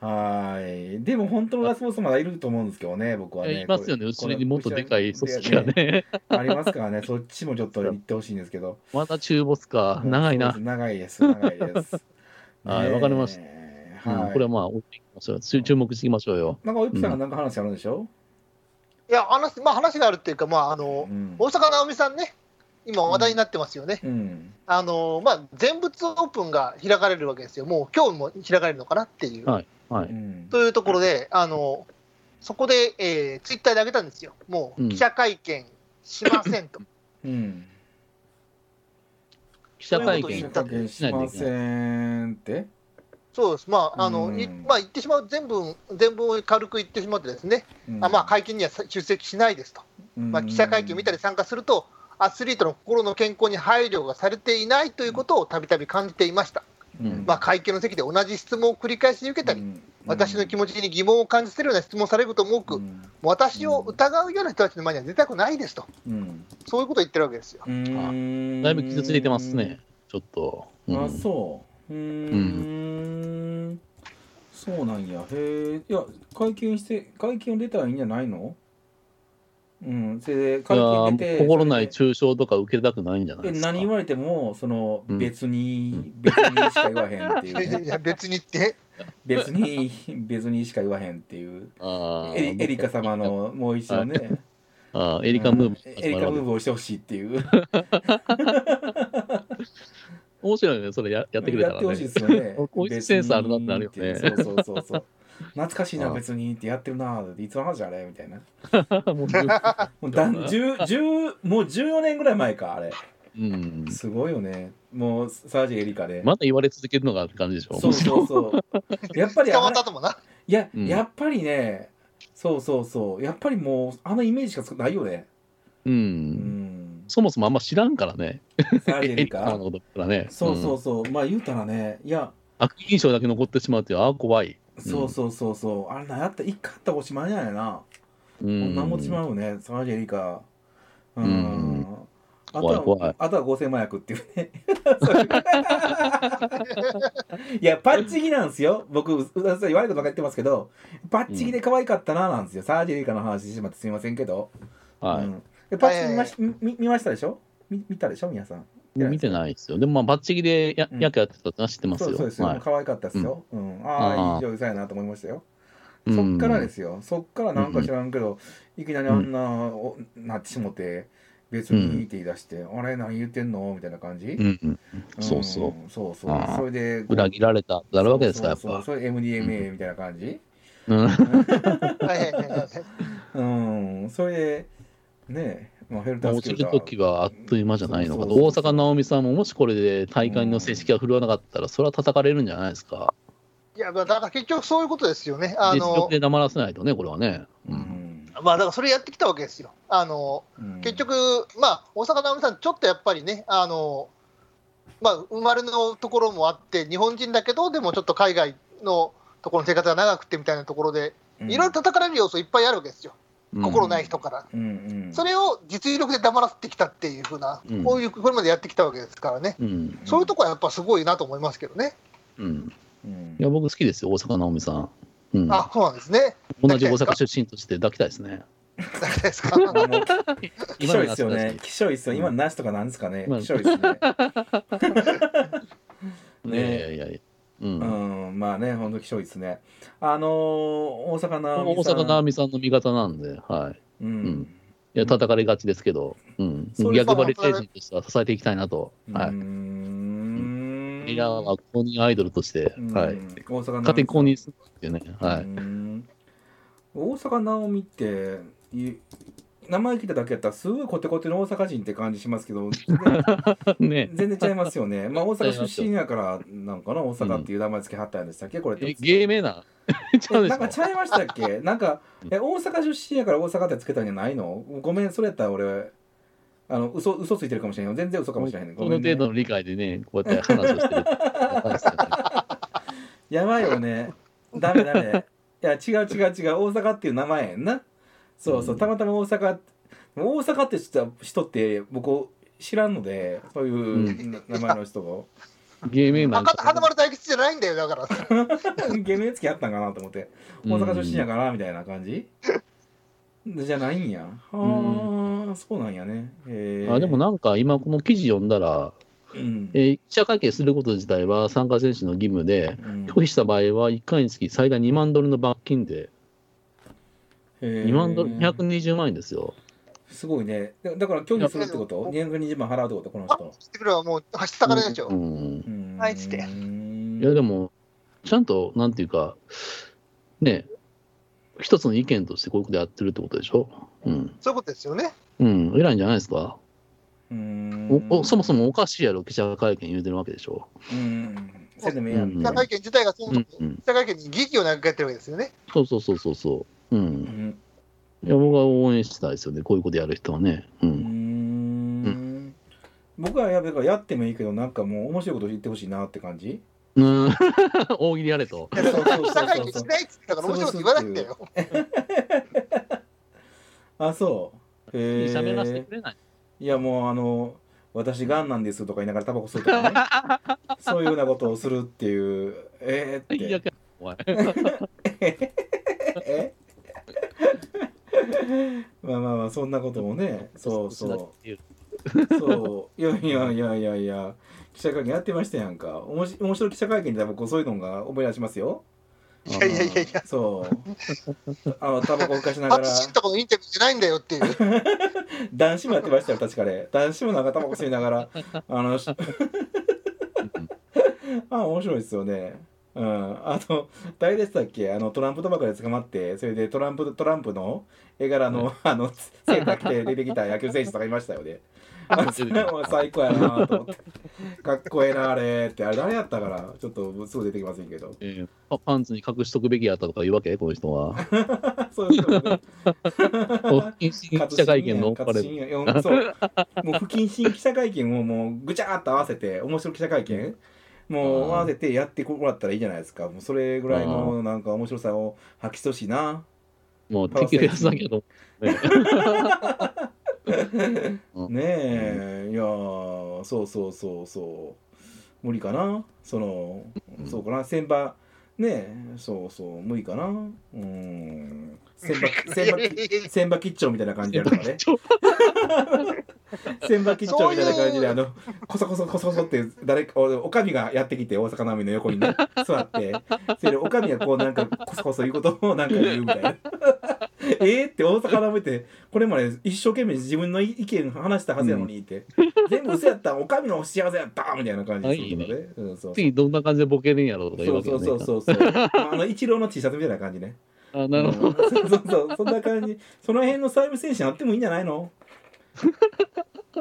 S2: はーいでも本当のラスボスまだいると思うんですけどね僕はね
S3: いますよね、後ろにもっとでかい組織が
S2: が
S3: ね。
S2: ありますからねそっちもちょっと行ってほしいんですけど
S3: まだ中ボスか、長いな
S2: そうです。長いです長いです、
S3: はい
S2: ねえ
S3: わかりまし
S2: はい、
S3: うんこれはまあ、追っていきましょう注注目していきましょうよ。
S2: なんかおいぷさんがなんか話あるんでしょ、
S1: いや、話、まあ話があるっていうか、まあ、あの
S2: う、ん
S1: 大阪なおみさんね、今話題になってますよね。
S2: うん
S1: あの、まあ、全仏オープンが開かれるわけですよ。もう今日も開かれるのかなっていう。
S3: はいは
S2: う
S3: い。
S2: ん
S1: というところで、あの、そこで、えーツイッターで上げたんですよ。も
S3: う
S1: う、
S3: ん
S1: 記者会見しませんと。
S2: うん
S3: 記者会
S1: そうい
S2: 記
S1: う
S2: 者
S3: 見
S1: こ。と
S2: 会見しませんって
S1: そうです。まあ、あの、い
S2: うん
S1: まあ、言ってしまう、全部、全部を軽く言ってしまってですね、あまあ、会見には出席しないですと。まあ、記者会見を見たり参加すると、アスリートの心の健康に配慮がされていないということをたびたび感じていました、
S3: うん
S1: まあ、会見の席で同じ質問を繰り返し受けたり、私の気
S2: 持
S1: 持ちに疑問を感じているような質問をされることも多く、私を疑うような人たちの前には出たくないですと、
S2: うん
S1: そういうことを言ってるわけです よ。
S2: うん
S3: だいぶ傷ついてますね、ちょっと。うん
S2: あそううーんそうなんやへえいや会見して会見を出たらいいんじゃないのうんそれで
S3: い
S2: 会
S3: や
S2: 見出て
S3: ー心ない
S2: それで
S3: 中傷とか受けたくないんじゃない
S2: え
S3: ですか。
S2: 何言われてもその
S3: うん
S2: 別に、別にしか言わへんっていう、ね
S1: い、や別にって、
S2: 別に別にしか言わへんっていう
S3: あー
S2: エリエリカ様。のもう一度ね
S3: あーエリカムーブ
S2: うんエリカムーブをしてほしいっていう
S3: 面白いね、それややってくれたら
S2: やってほしい
S3: ね。
S2: で。すよね
S3: こいつセンスあるなってなるよね
S2: 別にってそうそうそう そう。懐かしいな、
S3: ああ
S2: 別にってやってるな、いつの話あれみたいな。
S3: もう十
S2: もうだん10 10もう14年ぐらい前か、あれ。
S3: うん
S2: すごいよね。もう、サージエリカで。
S3: まだ言われ続けるのがって感じでしょ。
S2: そうそうそう。やっぱり
S1: 捕まっ
S2: あれ
S1: た、ともな、
S2: いや、
S3: うん
S2: やっぱりね、そうそうそう。やっぱりもう、あのイメージしか作ないよね。
S3: う。
S2: うんん。
S3: そもそもあんま知らんからね。
S2: サージエ
S3: エ
S2: リ
S3: リカ
S2: カ
S3: の。ことからね。
S2: そうそ
S3: ん
S2: うそう。まあ、言うたらね、いや、
S3: 悪印象だけ残ってしまうっていう、ああ、怖い。
S2: そうそうそうそう。あれ、なんやった、一回あったらおしまいなんやな。
S3: う
S2: こ
S3: ん
S2: んなもんちまうね、サージェリカ。う
S3: うん
S2: ん。あと
S3: 怖い怖、
S2: はいあとは合成麻薬っていうね。 いや、パッチギなんですよ。僕、うう悪いことばっか言ってますけど、パッチギで可愛かったななんですよ。サージェリカの話してしまってすみませんけど。
S3: はい。
S2: うんでパッチギ見まし見見ましたでしょ見見たでしょ皆さん。
S3: もう見てないですよ。でも、まあ、バッチギでや
S2: うん
S3: 役やってたってのは知ってます
S2: そう
S3: よ。
S2: そうですよ。
S3: はい。
S2: 可愛かったですよ。うん。ああ、いい女優さんやなと思いましたよ。
S3: うん
S2: そっからですよ、そっからなんか知らんけど、いきなりあんな、おなってしもて別にいいって言い出して、あれ何言ってんのみたいな感じ、
S3: うんうん、
S2: ん
S3: そうそう
S2: そうそう
S3: ああ
S2: それで
S3: 裏切られたってなるわけですかやっ
S2: そうそうそう
S3: ぱ
S2: それ MDMA みたいな感じ
S3: うん
S1: はいはいはいはい
S2: うん、それでねまあ、フェルター
S3: 落
S2: ス
S3: ち
S2: キルタ
S3: る
S2: ー
S3: ときはあっという間じゃないのかと
S2: そうそう
S3: 大
S2: そう
S3: 阪直美さんももしこれで大会の成績が振るわなかったらそれは叩かれるんじゃないですか
S1: いや、まあだから結局そういうことですよね。あ
S3: 実
S1: の
S3: 力で黙らせないとねこれはねう
S2: うんん
S1: まあ、だからそれやってきたわけですよ。あの
S2: うん
S1: 結局、まあ、大阪直美さん、ちょっとやっぱりね、あのまあ、生まれのところもあって、日本人だけど、でもちょっと海外のところの生活が長くてみたいなところで、
S2: うん
S1: いろいろ叩かれる要素いっぱいあるわけですよ、心ない人から。
S2: うんうん
S1: それを実力で黙らせてきたっていうふうな、
S3: うん
S1: こういう、これまでやってきたわけですからね、
S3: うん
S1: そういうとこはやっぱすごいなと思いますけどね。
S3: うん
S2: うん
S3: いや僕好きですよ大阪直美さん、うん、
S1: あそうなんですね。
S3: 同じ大阪出身として抱きたいですね
S1: 大丈夫ですか
S2: あのきしょいですよ
S3: 今の
S2: ね。きしょいっすよ。今のなしとかなんですかね。
S3: 今の
S2: きしょいっすね。
S3: ねいやいやいやうん
S2: うん、まあね、ほんときしょいっすね。あのー、大阪な
S3: 大阪直美さんの味方なんで、はい、
S2: う
S3: うん
S2: ん。
S3: いや叩かれがちですけど、うん、
S2: そういう
S3: 逆張り成人としては支えていきたいなと、は
S2: うー
S3: い
S2: ん。
S3: リラは公認アイドルとして、
S2: うん
S3: はい、
S2: 大阪なおみ
S3: 勝手に公認するっていうね、は
S2: う
S3: い、
S2: ん大阪なおみってい名前聞いただけやったらすごいコテコテの大阪人って感じしますけ ど
S3: ね
S2: 全然違いますよねまあ大阪出身やからなんかな大阪っていう名前付けはったんでしたっけこれって
S3: え芸名な ちゃう
S2: え
S3: で
S2: な
S3: し
S2: ん
S3: ょ
S2: かちゃいましたっけなんか
S3: うん
S2: え大阪出身やから大阪ってつけたんじゃないのごめんそれやったら俺あの嘘嘘ついてるかもしれない全然嘘かもしれない、ね、
S3: こ
S2: ご
S3: の
S2: めん、
S3: 程
S2: ね、
S3: 度の理解でね、こうやって話 をしてる。
S2: やばいよね ダメダメいや違う違う違う大阪っていう名前やんなそうそう
S3: うん
S2: たまたま大阪大阪って人は人って僕知らんのでそういうな名前の人を
S3: 芸名なん
S1: 博
S3: か
S1: 多華丸大吉じゃないんだよ、だから。
S2: 芸名つきあったんかなと思って
S3: うん
S2: 大阪出身やからみたいな感じでじゃないんやあ
S3: ん
S2: ーそうなんやねへー
S3: あでもなんか今この記事読んだら、
S2: うん
S3: えー記者会見すること自体は参加選手の義務で、
S2: うん
S3: 拒否した場合は1回につき最大2万ドルの罰金で、
S2: 2
S3: 2万ドル、220万円ですよ。
S2: すごいねだだから拒否するってこと220万払うってことこの人
S1: してくればもう走ったからでしょ。
S3: うん
S2: うーん
S1: あいつって
S3: いやでも、ちゃんと、なんていうか、ね、一つの意見としてこういうことやってるってことでしょ。うん、
S1: そういうことですよね。
S3: うん、偉いんじゃないですか。
S2: うーん
S3: おおそもそもおかしいやろ、記者会見言うてるわけでしょ。
S2: うーんせんでもええやん
S3: うん
S1: 記者会見自体がそも
S3: う
S1: そも
S3: ん、うん、
S1: 記者会見に疑義を投げかけてるわけですよね。
S3: そうそうそうそうそう。う、
S2: うんん
S3: いや僕は応援したいですよね、こういうことやる人はね。う
S2: うー
S3: ん、
S2: ん僕はやべからやってもいいけどなんかもう面白いこと言ってほしいなって感じ
S3: うん、 大喜利やれと。
S2: そうそうそう
S1: 記者会見しないっつったから面白いこと言わないんだよ。
S2: あそうへえ
S3: 喋らせてくれない。
S2: いやもうあの私がんなんですとか言いながらタバコ吸うとかね そういうようなことをするっていうえー、って
S3: いやお前
S2: えまあまあまあそんなこともねそうそ
S3: いう
S2: そういやいやいやいやいや記者会見やってましたやんかおもし面白い記者会見で僕そういうのが思い出しますよ
S3: う
S1: いやいやいやいや、
S2: そうあのタバコふかしな
S1: パ
S2: が
S1: ッ
S2: ら
S1: チシンとこのインタビューじゃないんだよってい う。
S2: 男子もやってましたよ確かね男子もなんかタバコ吸いながらあの しあ面白いですよねうん、あと誰でしたっけあのトランプタバコで捕まってそれでトランプトランプの絵柄の,、あのセーター着て出てきた野球選手とかいましたよね。あそれ も最高やなと思ってかっこええなあれってあれ誰やったからちょっとすぐ出てきませんけど
S3: えーパパンツに隠しとくべきやったとか言うわけこの人は。
S2: そういうことで
S3: お謹慎記者会見のおっぱれ
S2: 勝新やうん そうもう不謹慎記者会見をもうぐちゃっと合わせて面白い記者会見もう合
S3: あー
S2: わせてやってもらったらいいじゃないですかもうそれぐらいのなんか面白さを発揮してほしいな
S3: もう敵増やさなきゃと思って。
S2: ねえ、いやーそうそうそうそう無理かなその、
S3: うん
S2: そうかな先場ねえそうそう無理かなうん先場
S1: い
S2: 先
S1: や
S2: 場
S1: いやいや
S2: 千葉吉兆みたいな感じやるからね。千葉吉兆みたいな感じであのこそこそこそこそって誰かおおかみがやってきて大阪なみの横に ね座ってそれでおかみがこうなんかこそこそ言うことをなんか言うみたい なええって大阪なみってこれまで一生懸命自分の意見話したはずやのにって、全部嘘やったおかみの幸せやったみたいな感じするので、ねうん、そう
S3: 次どんな感じでボケるんやろうとか言
S2: そうう
S3: わけ
S2: そ
S3: よ
S2: う
S3: ね。
S2: そうそうそう あの一郎の T シャツみたいな感じね
S3: あなるほど。
S2: うんそうそうそうそんな感じその辺のサービス精神あってもいいんじゃないの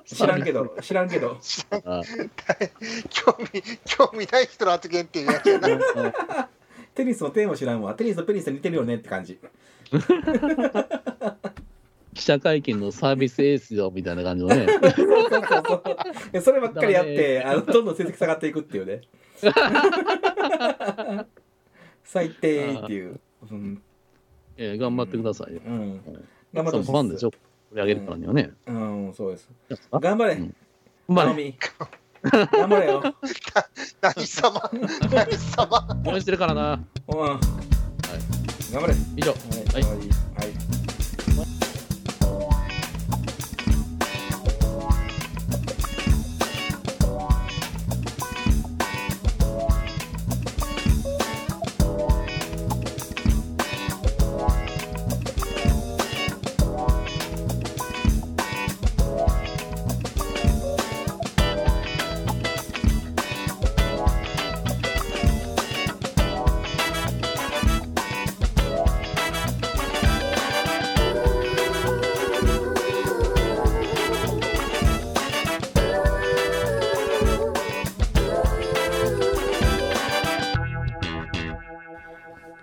S2: 知らんけど知らんけど
S3: あ
S1: 興味興味ない人の発言っていうやつやな
S2: テニスのテーマ知らんわテニスとペニス似てるよねって感じ
S3: 記者会見のサービスエースよみたいな感じのね。
S2: そうそうそうそうそればっかりやってあのどんどん成績下がっていくっていうね最低っていううん、
S3: えー頑張ってくださいよ。
S2: うん
S3: うん、
S2: 頑張って
S3: そ
S2: ほ
S3: う
S2: し
S3: フ
S2: い
S3: ァンでしょ。これあげるからにはね。
S2: うんそうです
S3: あ
S2: 頑張れ、
S3: うん
S2: ま
S3: ま
S2: 頑
S3: あ、
S2: 張れよ、
S1: 何 様何様
S3: 応援してるからな。
S2: うん、頑張れ
S3: 以上。
S2: はい、はいはい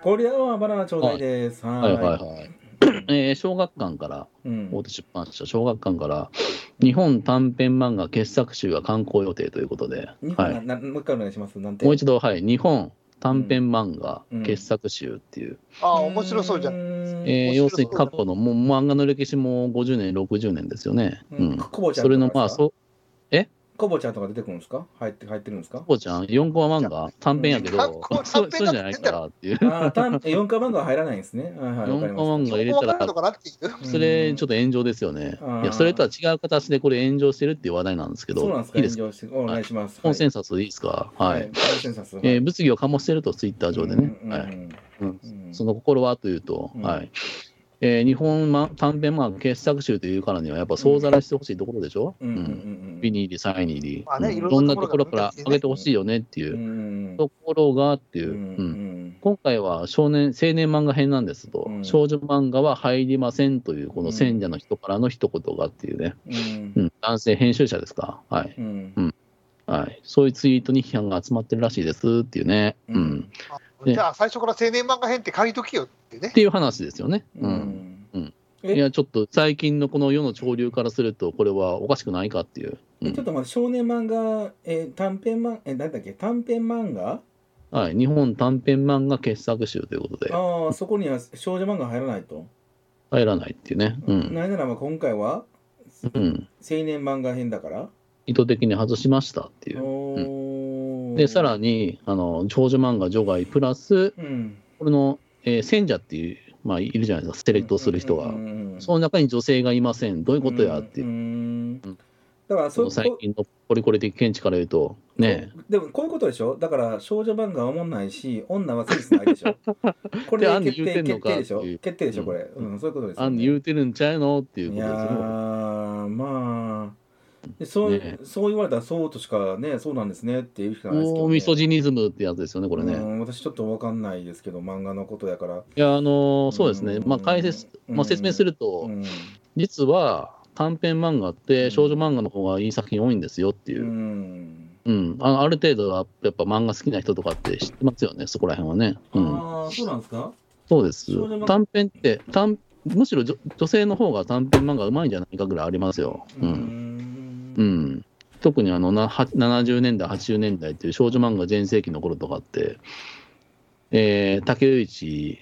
S2: 氷屋はバナナちょうだいです。は
S3: はいはいはい。 えー小学館から、
S2: うん
S3: 大手出版社、小学館から、日本短編漫画傑作集が刊行予定ということで、
S2: 日
S3: は
S2: 本
S3: い
S2: な、なもう一回お願いします。なんて。
S3: もう一度、はい、日本短編漫画
S2: うん
S3: 傑作集っていう、
S1: ああ面白そうじゃん
S2: ん
S3: え
S1: 面
S3: ー
S1: 白
S3: 要
S1: そ
S3: す
S1: う
S3: るに過去のもう漫画の歴史も50年、60年ですよね。
S2: う
S3: うんん。
S2: コボちゃん
S3: それの、ま
S2: とかで
S3: あ、
S2: すか
S3: そう、
S2: コボちゃんとか出てくるんですか。入って、入ってるんですか。
S3: こうちゃん、4コマ漫画、短編やけ
S1: うん
S3: ど、そうそうじゃないからっていう。
S2: ああ、たん、四巻漫画は入らないんですね。はい はい、わかり
S3: 4コ
S2: ま
S1: そ
S3: マ漫画
S1: こ
S3: 入れ
S1: 分
S3: た
S1: からんの
S3: ら、
S1: かなっていう
S2: した。
S3: それちょっ
S2: っ
S3: と炎上ですよね
S2: うん。
S3: いや、それとは違う形でこれ炎上してるっていう話題なんですけ
S2: そうなんで
S3: ど
S2: す、か。
S3: いいですか
S2: 炎上して、お願いします。
S3: コンセンサスでいいですか
S2: はい。
S3: は
S2: はい
S3: い。
S2: コンセンサス。
S3: えー物議を醸してると、ツイッター上でね。はいうんその心はというと、
S2: うん
S3: はいえー日本ま短編漫画傑作集というからには、やっぱ総ざらいしてほしいところでしょ、うんビ
S2: ニ
S3: ニーリ、サイニーリ、
S1: まあね
S3: うん
S1: いろん
S3: どん
S1: な
S3: な
S1: と
S3: と
S1: こ
S3: こ
S1: ろ
S3: ろ
S1: が
S3: から上げてほしいよねっていううんところがっていうう、
S2: ん
S3: うん
S2: うん
S3: 今回は少年青年漫画編なんですと、
S2: うん
S3: 少女漫画は入りませんという、こ
S2: うん
S3: の選者の人からの一言がっていうね、
S2: うん
S3: うん男性編集者ですか、はい
S2: うん
S3: はい、そういうツイートに批判が集まってるらしいですっていうね。
S2: う
S3: うんんね
S1: じゃあ最初から青年漫画編って書いときよってね
S3: っていう話ですよね。うんうん
S2: え
S3: いや、ちょっと最近のこの世の潮流からすると、これはおかしくないかっていう。う
S2: えちょっ
S3: ん、
S2: と待って少年漫画、えー短編漫えなんだっけ短編漫画
S3: はい、日本短編漫画傑作集ということで、
S2: ああそこには少女漫画入らないと、
S3: 入らないっていうね。うん。
S2: なんならまあ今回は青
S3: うん。
S2: 年漫画編だから、
S3: 意図的に外しましたっていう。
S2: おー
S3: で、さらに、あの、長女漫画除外プラス、
S2: うん
S3: これの、えー選者っていう、まあ、いるじゃないですか、セレクトする人が。そ
S2: い
S3: の中に女性がいません。どういうことやっていう。
S2: だから
S3: そ
S2: そ
S3: の最近のポリコレ的見地から言うと、ね
S2: でもこういうことでしょだから少女漫画はおもんないし女はセンスないで しょこれ
S3: であん
S2: で
S3: に
S2: 決
S3: 言うて
S2: 定
S3: ん
S2: 決
S3: の
S2: 定
S3: かってい
S2: で
S3: う
S2: しょ決定でしょこれ、う
S3: うん
S2: んそういうことです
S3: あんに言うてるんちゃうのっていう
S2: い
S3: こと
S2: や
S3: ですよ。
S2: ーまあでそう,、
S3: ね
S2: そう言われたらそうとしかねそうなんですねっていうしかないですけど、
S3: 大
S2: ね、
S3: ミソジニズムってやつですよね、これね。
S2: うん私ちょっと分かんないですけど漫画のことやから、
S3: いや、あのーそうですね、
S2: うん
S3: まあ、解説、まあ、説明すると、
S2: うん
S3: 実は短編漫画っ
S2: うん
S3: て少女漫画の方がいい作品多いんですよっていうう、
S2: ん
S3: うんあある程度はやっぱ漫画好きな人とかって知ってますよね、そこら辺はね。うん、
S2: ああそうなんですか
S3: そうです
S2: 少女漫画
S3: 短編って短、むしろ女女性の方が短編漫画うまいんじゃないかぐらいありますよ。
S2: う
S3: うん
S2: ん
S3: うん特にあのなは70年代、80年代っていう少女漫画全盛期の頃とかって、えー、竹内、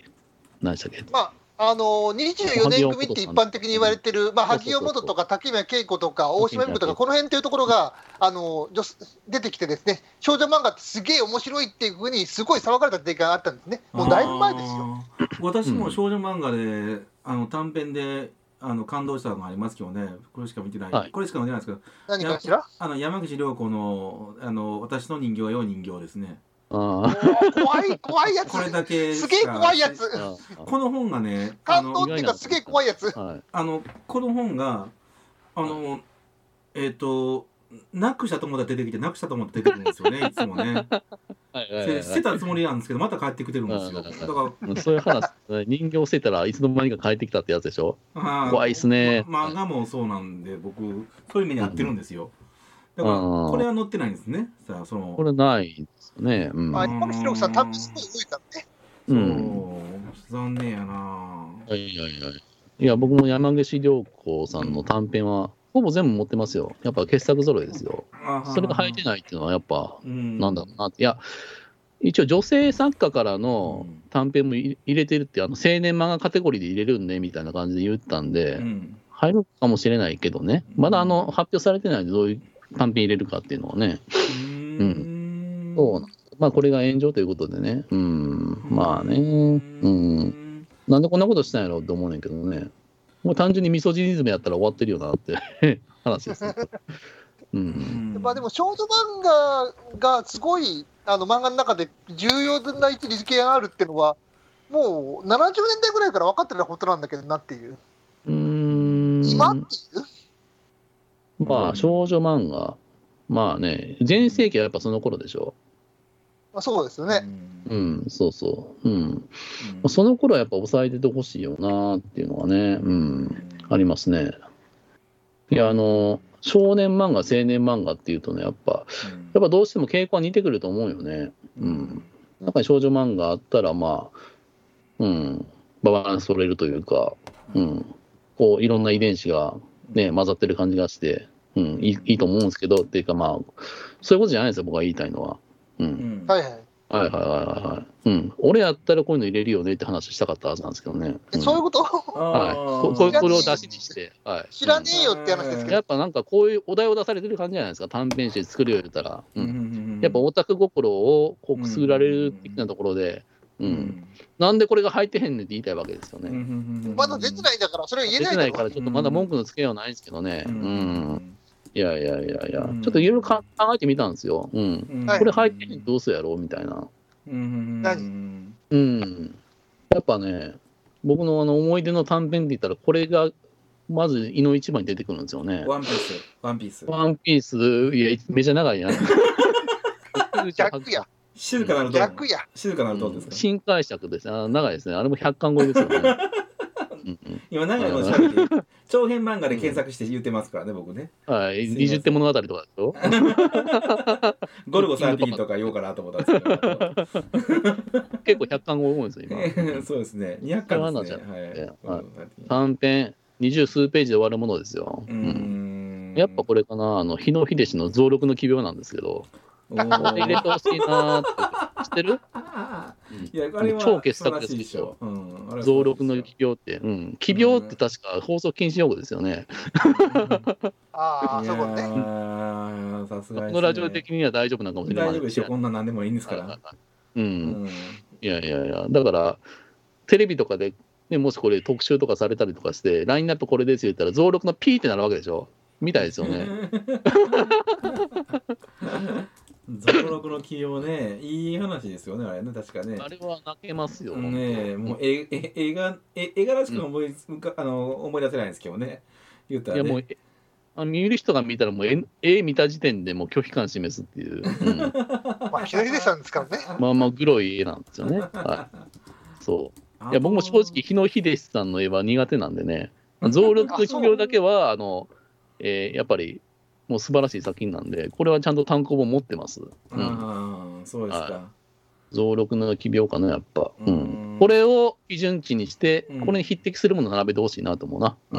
S3: 何でしたっけ、
S1: まああのー、24年組って一般的に言われてる、まあ、萩尾元とか竹宮恵子とか大島優子とか、この辺というところが、あのー女出てきて、ですね少女漫画ってすげえ面白いっていうふうに、すごい騒がれた時間があったんですね、もうだいぶ前ですよ。
S2: よ私も少女漫画で、あの短編であの感動したのがありますけどねこれしか見てない、
S3: はい
S2: これしか見てないですけど
S1: 何かしら
S2: あの山口良子のあの「私の人形はよ人形」ですね
S3: あ
S1: お怖い、怖いやつ
S2: こ。れだけし
S1: す
S2: か
S1: げえ怖いやつ。
S3: あ。
S2: この本がねあ
S1: 感動
S2: の
S1: っていうか、すげえ怖いやつ。
S3: はい。
S2: あのこの本があのえっ、となくしたと思ったら出てきてなくしたと思って出てくるんです よねいつもね
S3: はいはい
S2: で捨てたつもりなんですけどまた帰ってきてるんですよ
S3: はい
S2: だ
S3: はい
S2: か
S3: そういう話、人形捨てたらいつの間にか帰ってきたってやつでしょ
S2: らはい
S3: 怖いっすね。
S2: ま漫画もそうなんで僕そういう目に遭ってるんですよだから
S3: うん
S2: これは載ってないんですねさあその
S3: これないですね。うん。
S1: まあ、
S3: は
S1: 今のひろさん、多分すぐ動いたね。
S2: そう
S3: うん
S2: 残念やない
S3: はいはい。いや、僕も山岸良子さんの短編は、ほぼ全部持ってますよ。やっぱ傑作揃いですよ。それが入ってないっていうのは、やっぱ、な
S2: なん
S3: だろうなって。いや、一応女性作家からの
S2: うん
S3: 短編も入入れてるって、あの青年漫画カテゴリーで入れるんでみたいな感じで言ったんで、
S2: うん
S3: 入るかもしれないけどね、まだあの発表されてないんで、どういう短編入れるかっていうのはね、
S2: うん
S3: そうなんまあこれが炎上ということでね、うん、まあね、うん、なんでこんなことしたんやろうって思うねんけどね、もう単純にミソジニズムやったら終わってるよなって 話ですね。うん、
S1: まあ、でも、少女漫画がすごい、あの、漫画の中で重要な位置に事件があるってのは、もう70年代ぐらいから分かってることなんだけどなっていう。
S3: うーん
S1: 今っていう。
S3: まあ少女漫画、まあね、全盛期はやっぱその頃でしょ。
S1: まあ、そうですよね。
S2: うん
S3: うん、そうそう。うん。
S2: うん
S3: その頃はやっぱ抑えててほしいよなっていうのはね、うん。ありますね。いや、あの、少年漫画、青年漫画っていうとね、やっぱ、やっぱどうしても傾向は似てくると思うよね。うん。中に少女漫画あったら、まあ、うん、バランス取れるというか、うん、こう、いろんな遺伝子がね、混ざってる感じがして、うん、いいいいと思うんですけど、っていうかまあ、そういうことじゃないんですよ、僕が言いたいのは。うん。
S2: うん
S1: はいはい。
S3: はいはいはいはいはい。うん。俺やったらこういうの入れるよねって話したかったはずなんですけどね。
S1: え
S3: ん
S1: そういうこと
S2: あ
S3: は
S2: ー
S3: い、ここういうこれを出しにして、はい、
S1: 知らねえよって話です
S3: うん
S1: けど。
S3: やっぱなんかこういうお題を出されてる感じじゃないですか、短編集作るよりたら、う
S2: うんんうんうん
S3: やっぱオタク心をこうくすぐられる的なところで、うんなんでこれが入ってへんねんって言いたいわけですよ
S2: うん
S3: ね。
S2: うんうん
S1: まだ出てないんだから、それは言え
S3: 出
S1: な
S3: て
S1: い
S3: ない
S1: だ
S3: か
S1: ろ
S3: ら、ちょっとまだ文句のつけようはないんですけどね、う
S2: うんん
S3: いやいやいやいや、
S2: うん
S3: ちょっといろいろ考えてみたんですよ、うん、
S2: うん
S1: はい
S3: これ入ってへんのどうするやろうみたいな。
S2: うんうんうん
S3: うん、やっぱね、僕のあの思い出の短編で言ったら、これがまず胃の一番に出てくるんですよね。
S2: ワンピースワンピース
S3: ワンピース、いや、めちゃ 長いな。
S1: 逆や、
S2: 静かなるドーム
S1: 逆や。
S2: 静かなるドームですか
S3: 新解釈ですね。あ長いですね。あれも100巻超え ですよね。うんうん
S2: 今長いこと喋って長編漫画で検索して言ってますからね僕ね
S3: はい、
S2: すいません
S3: 20手物語とかでしょ
S2: ゴルゴ13とか言おうかなと思ったんですけど
S3: 結構100巻超え多いんですよ、今。
S2: そうですね。200巻ですね。
S3: そうな
S2: はい
S3: ん。短編、20数ページで終わるものですよ。
S2: う
S3: うん
S2: ん
S3: やっぱこれかな、あの、日野秀氏の増録の奇病なんですけど、
S2: おー
S3: これ入れてほしいなーって。知ってる
S2: いや、あれは
S3: 超傑作で
S2: 素晴ら
S3: す
S2: しいでしょ。うんあれは
S3: 増録の奇病って。うん。奇病って確か放送禁止用語ですよね。
S1: ああ、
S2: い
S1: そ
S2: や
S1: ういうことね。
S2: ーさすが
S3: こ
S2: に。
S3: のラジオ的には大丈夫なのかもしれない。
S2: 大丈夫でしょ、こんなん何でもいいんですか
S3: は
S2: ら
S3: い。う、
S2: うんん
S3: いやいやいや、だから、テレビとかで、ね、もしこれ特集とかされたりとかして、ラインナップこれですよ言ったら、増録のピーってなるわけでしょみたいですよね。
S2: 増録の起用ね、いい話ですよね、あれね、確かね。
S3: あれは泣けますよ。
S2: ねえ、もうええ映画え映画らしく思い,、かあの思い出せないんですけどね。言った
S3: い
S2: ら、
S3: や
S2: ね、
S3: もう、えあ見る人が見たら、もう絵、絵見た時点でもう拒否感示すっていう、うん
S1: まあ、左でしたんですからね。
S3: まあまあ、グロい絵なんですよね。はい。そう。いや、僕も正直、日野秀氏さんの絵は苦手なんでね、増録の企業だけは、あの、えーやっぱり、もう素晴らしい作品なんで、これはちゃんと単行本持ってます。うん
S2: ああ、そうですか。
S3: 増録の奇病かな、やっぱ。う
S2: うん
S3: ん。これを基準値にして
S2: うん、
S3: これに匹敵するものを並べてほしいなと思うな。
S2: あ
S3: う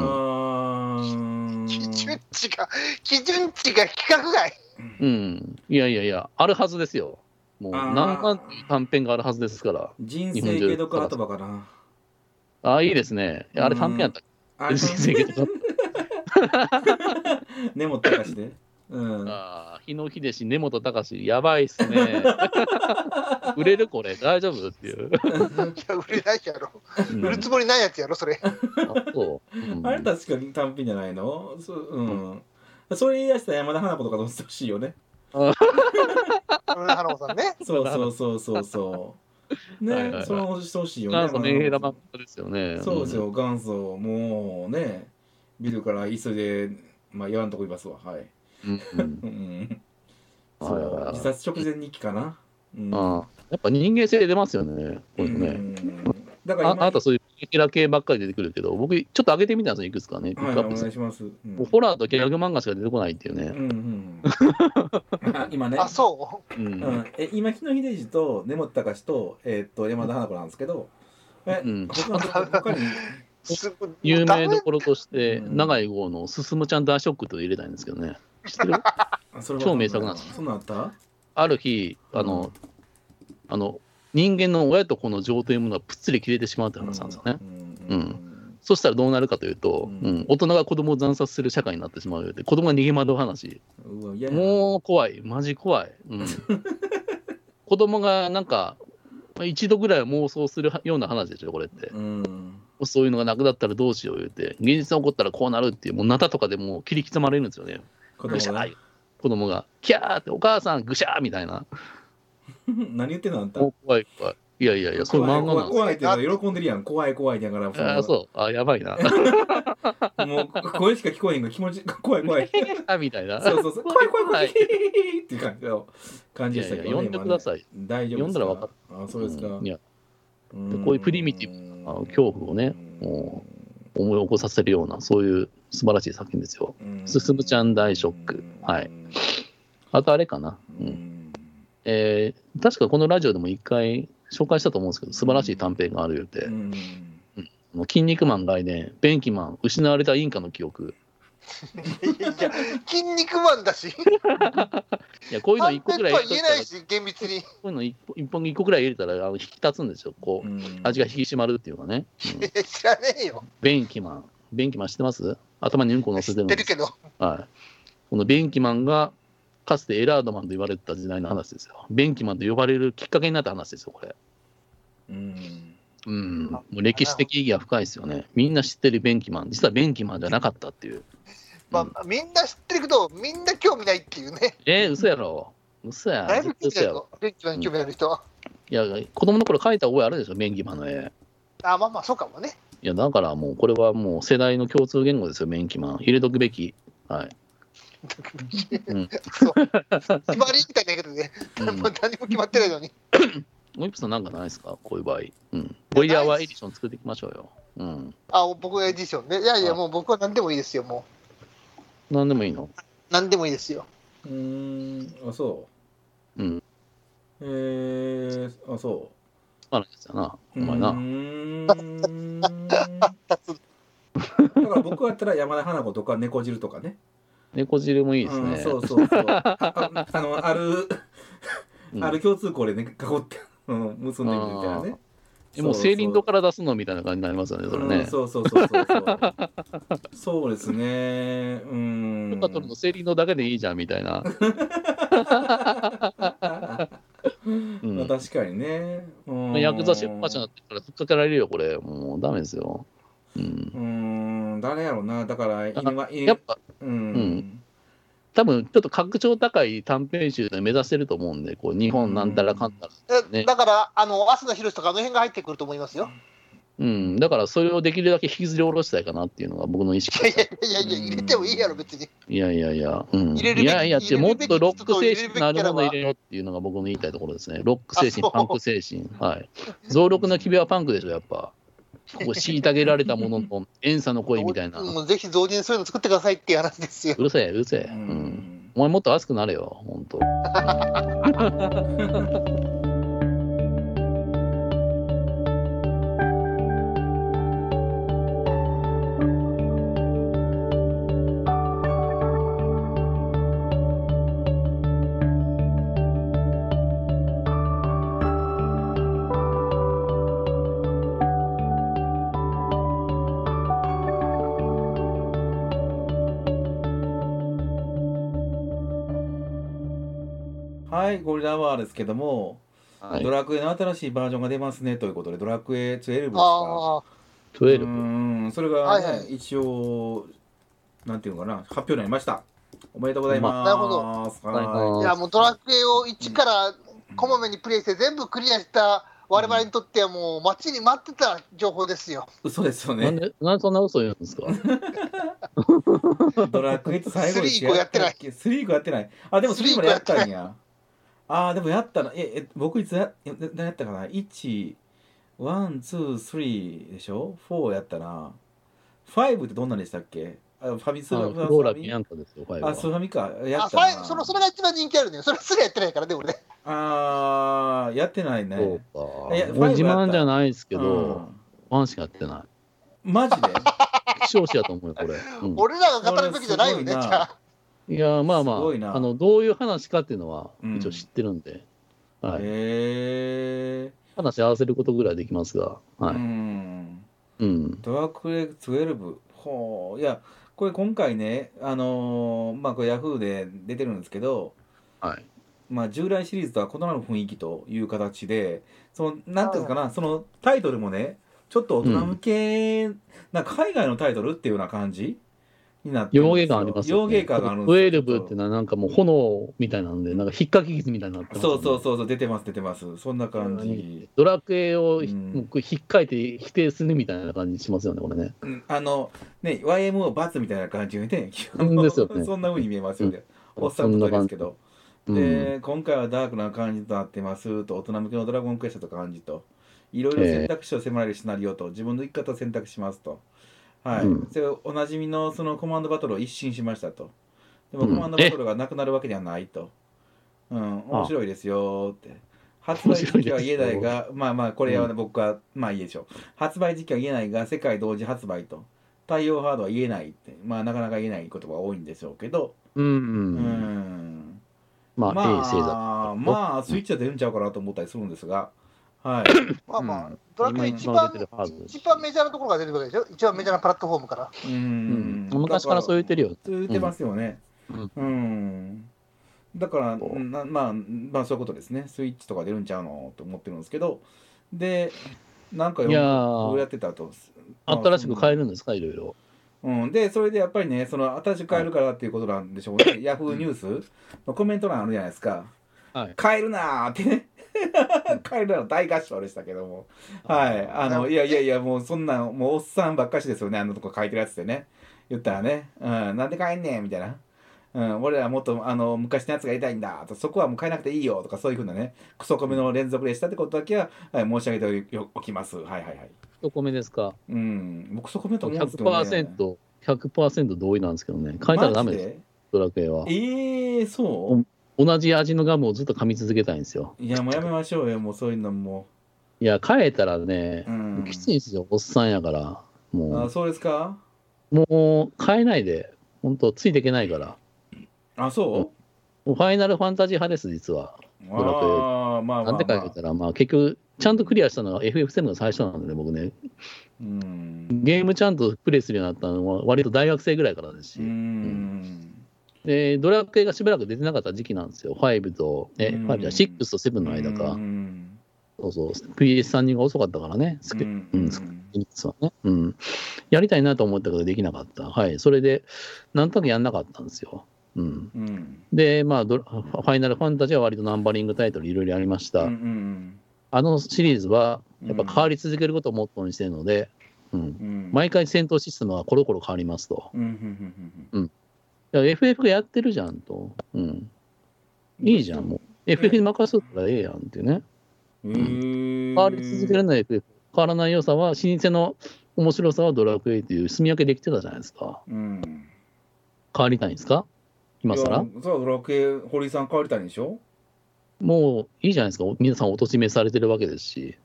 S3: ん。
S2: ー
S1: 基準値が、基準値が規格外。
S3: うんいやいやいや、あるはずですよ。もう、
S2: あー
S3: 何万という短編があるはずですから。
S2: 人生ゲドカアトバかな。
S3: ああ、いいですね。いやあ れ短編やったっ
S2: あ
S3: け全然いけど
S2: 根本隆で。うん。
S3: ああ、日野秀志、根本隆、やばいっす ね。売れるこれ、大丈夫っていう。
S1: いや、売れないやろ。
S3: うん
S1: 売るつもりないやつやろ、それ。
S3: あそううん
S2: あれ確かに単品じゃないのそう、うん。それ言い出したら山田花子とか乗せてほしいよね。
S1: うん花子 さんね。
S2: そうそうそうそうそう。ね、
S3: はいはいはい
S2: それをしてほしいよね。
S3: 元祖メンヘラ漫画ですよね。
S2: そうですよ、元祖、もうね、ビルから急いで、まあ言わんとこいますわ、はい。
S3: うん。うん
S2: うん、
S3: はい
S2: そ
S3: はいは
S2: う
S3: い
S2: 自殺直前日記かな。うん
S3: ああやっぱ人間性出ますよね、こういうの
S2: う
S3: ね。
S2: んだか
S3: あ
S2: ら
S3: あなたそういうキラ系ばっかり出てくるけど、僕、ちょっと上げてみたんですよ、いくつかね、ピ
S2: は
S3: ッ
S2: い、
S3: クア
S2: お
S3: ップ
S2: 願
S3: す
S2: い
S3: る。
S2: します。うん
S3: もうホラーとギャグ漫画しか出てこないっていう
S2: う
S3: ね。。
S2: んうんあ 今ね、
S1: あ、そう
S2: うんん、え今、日野秀治と根本隆と,、えーっと山田花子なんですけど、え
S3: うん
S2: 他 他に、
S1: う。すごい
S3: 有名ど
S1: も
S3: ころとして、
S2: うん
S3: 長井豪のすすむちゃん大ショックと入れたいんですけどね。知ってる
S2: あそれは
S3: 超名作なんですよ
S2: そんなんあった
S3: ある日、あの、あの、人間の親と子の情というものがぷっつり切れてしまうって話なんですよね。
S2: うん
S3: うそしたらどうなるかというと、
S2: うん
S3: うん大人が子供を惨殺する社会になってしまうよって、子供が逃げ惑う話。
S2: うんうわ、いやう
S3: もう怖い、マジ怖い。 うん、子供がなんか、一度ぐらいは妄想するような話でしょ、これって。
S2: ん、
S3: そういうのがなくなったらどうしよう言うて、現実が起こったらこうなるっていう、もうナタとかでもう切り刻まれるんですよね。
S2: 子供
S3: ぐしゃ
S2: が
S3: ー子供が、キャーって、お母さん、ぐしゃーみたいな。
S2: 何言ってんのあんた
S3: もう怖い、怖い。いやいやいや、そういう
S2: 怖い
S3: 漫画
S2: 怖
S3: ないんで
S2: 怖いって言うから喜んでるやん怖い怖いだから
S3: すああ、
S2: そ
S3: そう。あやばい な。
S2: のもう声しか聞こえへんが気持ち怖い怖 い
S3: あみたいな。
S2: そうそうそう怖い怖い怖い
S3: は
S2: っていう感じの感
S3: い
S2: じで
S3: や
S2: した
S3: いや
S2: けど、ね、
S3: 読んでください。
S2: 今ね大丈夫です
S3: 読んだら
S2: あそうですか、
S3: うんいや、
S2: ん
S3: こういうプリミティブな恐怖をねも思い起こさせるような、そういう素晴らしい作品ですよ。
S2: うん
S3: すすむちゃん大ショックはいあとあれかな。
S2: う
S3: うんんえー確かこのラジオでも一回紹介したと思うんですけど、素晴らしい短編があるよって、
S2: うん
S3: もう筋肉マン概念、便器マン、失われたインカの記憶。
S1: いやいや、筋肉マンだし、
S3: いや、こういうの
S1: パ
S3: 一
S1: ン
S3: 個
S1: ペ
S3: く
S1: と
S3: らい
S1: は
S3: 入れ
S1: 言え
S3: たら、
S1: な
S3: こ
S1: いし、厳密に。
S3: ういうの一個一本一個くらい入れたらあの引き立つんですよ。こう、
S2: うん
S3: 味が引き締まるっていうかね。うん
S1: いや知らねえよ。
S3: 便器マン、便器マン知ってます頭にうんこ乗せて
S1: 知
S3: る
S1: っ
S3: の
S1: て。るけど、
S3: はい。この便器マンが、かつてエラードマンと言われてた時代の話ですよ。便器マンと呼ばれるきっかけになった話ですよ、これ。
S2: うん
S3: うん、もう歴史的意義は深いですよね。みんな知ってるベンキマン、実はベンキマンじゃなかったっていう。
S1: ま
S3: うん
S1: あ、みんな知ってるけど、みんな興味ないっていうね。
S3: えー、嘘やろ。嘘や。
S1: だいぶ興味
S3: 嘘
S1: あ
S3: や
S1: る
S3: ろ
S1: ぞ。ベンチマンに興味ある人は。
S3: いや、子供の頃描いた覚えあるでしょ、ベンキマンの絵。
S1: あ、まあまあ、そうかも ね。
S3: いや、だからもう、これはもう世代の共通言語ですよ、ベンキマン。入れとくべき。はい。うん
S1: そう決まりみたいなけどね、
S3: うん
S1: もう何も決まってないのに。
S3: モイプさんなんかないですかこういう場合。うん。ボイヤーはエディション作っていきましょうよ。うん。
S1: あ、僕がエディションね。いやいや、もう僕は何でもいいですよ、も
S3: なんでもいいの。
S1: う。何でもいいですよ。
S2: うんあそう
S3: うん
S2: えー、あそう
S3: あら、やな。お
S2: う
S3: 前
S2: ー
S3: な。
S2: んだから僕やったら山田花子とか猫汁とかね。
S3: 猫汁もいいです
S2: うん
S3: ね。
S2: そうそう そう。ああのある、
S3: うん
S2: ある共通項でね囲って、うん、結んでみるみたいなね。
S3: えもう、セーリンドから出すのみたいな感じになりますよね、それ
S2: うん
S3: ね。
S2: そうそうそうそうそう。そうですね。うん。
S3: 許可取るのセリのだけでいいじゃんみたいな。うん
S2: まあ確かにね。うん
S3: ヤクザ出版社になってから、ふっかけられるよ、これ。もうダメですよ。うん
S2: う、ーん、誰やろうな。だから、今、
S3: やっぱ、
S2: う
S3: うん
S2: ん。
S3: 多分ちょっと格調高い短編集で目指してると思うんで、こう日本なんたらかんたら。
S1: だ
S3: ね
S1: だから、あの、浅野博とかあの辺が入ってくると思いますよ。
S3: うん、だからそれをできるだけ引きずり下ろしたいかなっていうのが僕の意識
S1: いや
S3: で
S1: い
S3: す。
S1: やいやいや、入れてもいいやろ、別に。
S3: いやいやいや、うん、
S1: 入れるべ
S3: い
S1: き
S3: やいやって、もっとロック精神のあるもの
S1: 入れるべき人と入れるべきキャラは
S3: 入れろっていうのが僕の言いたいところですね。ロック精神、
S1: あそう
S3: パンク精神。はい。増力の機微はパンクでしょ、やっぱ。ここ、虐げられたも のの、遠さの恋みたいな。
S1: もうぜひ増人そういうの作ってくださいっていう話ですよ。
S3: うるせえ、うるせ
S2: う
S3: え。う。
S2: んん
S3: お前もっと熱くなれよ、ほんと。
S2: はい、ゴリラアワーですけども、
S3: はい
S2: ド、ラクエの新しいバージョンが出ますねということで、ドラクエ12ですか。
S1: ああ、
S2: う
S3: 12。
S2: ん、それがね、
S1: はいはい
S2: 一応、なんていうのかな、発表になりました。おめでとうございま
S1: な
S2: す。
S1: るほど
S2: はい
S3: はい
S1: いやもうドラクエを1からこまめにプレイして全部クリアした我々にとってはもう待ちに待ってた情報ですよ。
S2: 嘘ですよ
S3: なん
S2: ね。
S3: で、なんでそんな嘘言うんですか
S2: ドラクエって最後
S1: スリー以降やってない
S2: い。スリー以降やってない。あ、でも
S1: ス
S2: ス
S1: リ
S2: リ
S1: ー以降
S2: ーまでやったんや。ああ、でもやったな。え、え僕いつや、え何やったかな ?1、ワン、ツー、スリーでしょ ?4 やったな。5ってどんなんでしたっけあファミス
S3: あ
S2: フ
S3: の
S2: ァ
S3: フローラ
S2: ミ
S3: ビアンカですよ、ファイブ
S2: あ、ス
S3: は。
S2: ファミか。や
S1: あ
S2: っ
S1: そ
S2: た
S1: れ
S2: な。
S1: そのそれが一番人気あるのよ。それすぐやってないからね、俺ね。
S2: ああ、やってないね。
S3: そう
S2: いやファイ
S3: か。
S2: ブや
S3: もう
S2: った
S3: 自慢じゃないですけ
S2: う
S3: ど、
S2: ん
S3: ファンしかやってない。
S2: マ ジで
S3: 視聴者やと思うよ、これ。うん
S1: 俺らが語るべきじゃないよね、じ
S2: それすごいな
S1: ゃあ。
S3: いやーまあます
S2: ごいな
S3: あ、あの、どういう話かっていうのは、
S2: うん
S3: 一応知ってるんで、は
S2: へ
S3: い
S2: え。
S3: 話合わせることぐらいできますが、は
S2: う
S3: い。
S2: ん。
S3: うん。
S2: ドラクエ12。ほう。いや、これ今回ね、あのーまあ、これ Yahoo で出てるんですけど、
S3: はい。
S2: まあ、従来シリーズとは異なる雰囲気という形で、その、なんていうのかな、そのタイトルもね、ちょっと大人向け、な海外のタイトルっていうような感じになってるん
S3: 洋
S2: で
S3: 芸
S2: すよ
S3: 感ありますよ、ね。
S2: 洋芸感があるんですよ。
S3: 12ってのはなんかもう炎みたいなんで、なんか引っかき傷みたいになってますよ
S2: そ
S3: ね
S2: うそうそうそう、出てます、出てます。そんな感じ。
S3: ドラクエをひ
S2: うん
S3: こう引っかいて否定するみたいな感じしますよね、これね。
S2: うんあの、ね、YMO バツみたいな感じでね、
S3: んですよ ね
S2: そんな風に見えますよね。
S3: うん
S2: おっさんの声ですけど。
S3: うん、
S2: で、今回はダークな感じとなってますと、大人向けのドラゴンクエストと感じと、いろいろ選択肢を迫られるシナリオと、自分の生き方を選択しますと。はい。
S3: うん
S2: それおなじみのそのコマンドバトルを一新しましたと。でも
S3: うん
S2: コマンドバトルがなくなるわけではないと。うん、面白いですよーって。発売時期は言えないが、まあまあ、これはね僕は、まあいいでしょう。発売時期は言えないが、世界同時発売と。対応ハードは言えないって、まあなかなか言えないことが多いんでしょうけど、
S3: うん、
S2: う
S3: うん。
S2: ん
S3: まあ、
S2: ま
S3: A 星座。
S2: あ、まあ、スイッチは出るんちゃうかなと思ったりするんですが、はい。
S1: まあま
S2: う
S1: あ
S2: ん、
S1: ドラクエ
S3: 今
S1: 一
S3: 今
S1: 番
S3: 出てるハードです
S1: 一番メジャーなところが出てるわけでしょ一番メジャーなプラットフォームから。
S2: う
S3: うん
S2: ん。
S3: 昔からそう言ってるよ。
S2: 言ってますよね。うん。だから
S3: そう
S2: な、まあ、まあ、そういうことですね。スイッチとか出るんちゃうのと思ってるんですけど、で、なんか
S3: いやー
S2: こうやってたと。
S3: 新しく
S2: え
S3: 変えるんですか、いろいろ。
S2: うん、で、それでやっぱりね、その新しく変えるからっていうことなんでしょうね、ヤフーニュースのコメント欄あるじゃないですか、
S3: はい
S2: 変えるなーってね、変えるなの大合唱でしたけども、はい、あの、いやいやいや、もうそんなん、もうおっさんばっかしですよね、あのとこ書いてるやつでね、言ったらね、うん、なんで変えんねんみたいな。うん、俺らもっとあの昔のやつがやりたいんだとそこはもう変えなくていいよとかそういうふうなねクソコメの連続でしたってことだけは、はい、申し上げておきますはいはいはい
S3: 一コメですか。
S2: うん僕クソコメと思うんですけどね
S3: 100%、100%同意なんですけどね。変えたらダメです、
S2: マジ
S3: ドラクエは。
S2: ええそう、
S3: うん同じ味のガムをずっと噛み続けたいんですよ。
S2: いやもうやめましょうよもうそういうのも
S3: いや、変えたらね
S2: う、ん
S3: きついんですよ、おっさんやから。
S2: あ
S3: も
S2: そうですか
S3: う、もう変えないで、本当ついていけないから。
S2: あそ
S3: もうファイナルファンタジー派です、実は。
S2: う、
S3: ドラクエ
S2: ああまあまあ、まあ、
S3: なんでか言ったら、まあ結局、ちゃんとクリアしたのは FF7 が最初なので、僕ね、
S2: うん
S3: ゲームちゃんとプレイするようになったのは、割と大学生ぐらいからですし、
S2: うん
S3: で、ドラクエがしばらく出てなかった時期なんですよ、5と、え、
S2: うん
S3: 5じゃない6と7の間
S2: う
S3: か、
S2: ん
S3: そうそう、PS3 人が遅かったからね、ス
S2: う
S3: ペ
S2: ん
S3: うん実はね、うん、やりたいなと思ったけどできなかった、はい、それで、なんとなくやんなかったんですよ。うん、
S2: うん
S3: で、まあドラ、ファイナルファンタジーは割とナンバリングタイトルいろいろありました。
S2: うん
S3: あのシリーズは、やっぱ変わ
S2: り
S3: り続けることをモットーにしてるので、うん、毎回戦闘システムはコロコロ変わりますと。
S2: うんうんうん
S3: いや FF がやってるじゃんと。うん、いいじゃん、もう。FF に任せとったらええやんっていうね。
S2: うんうん
S3: 変わり続けるのは FF。変わらない良さは、老舗の面白さはドラクエという、住み分けできてたじゃないですか。
S2: うん
S3: 変わりたいんですか今
S2: いや
S3: 更
S2: そうドラクエ堀井さん変わりたいんでしょ
S3: もういいじゃないですか。皆さんおとしめされてるわけですし。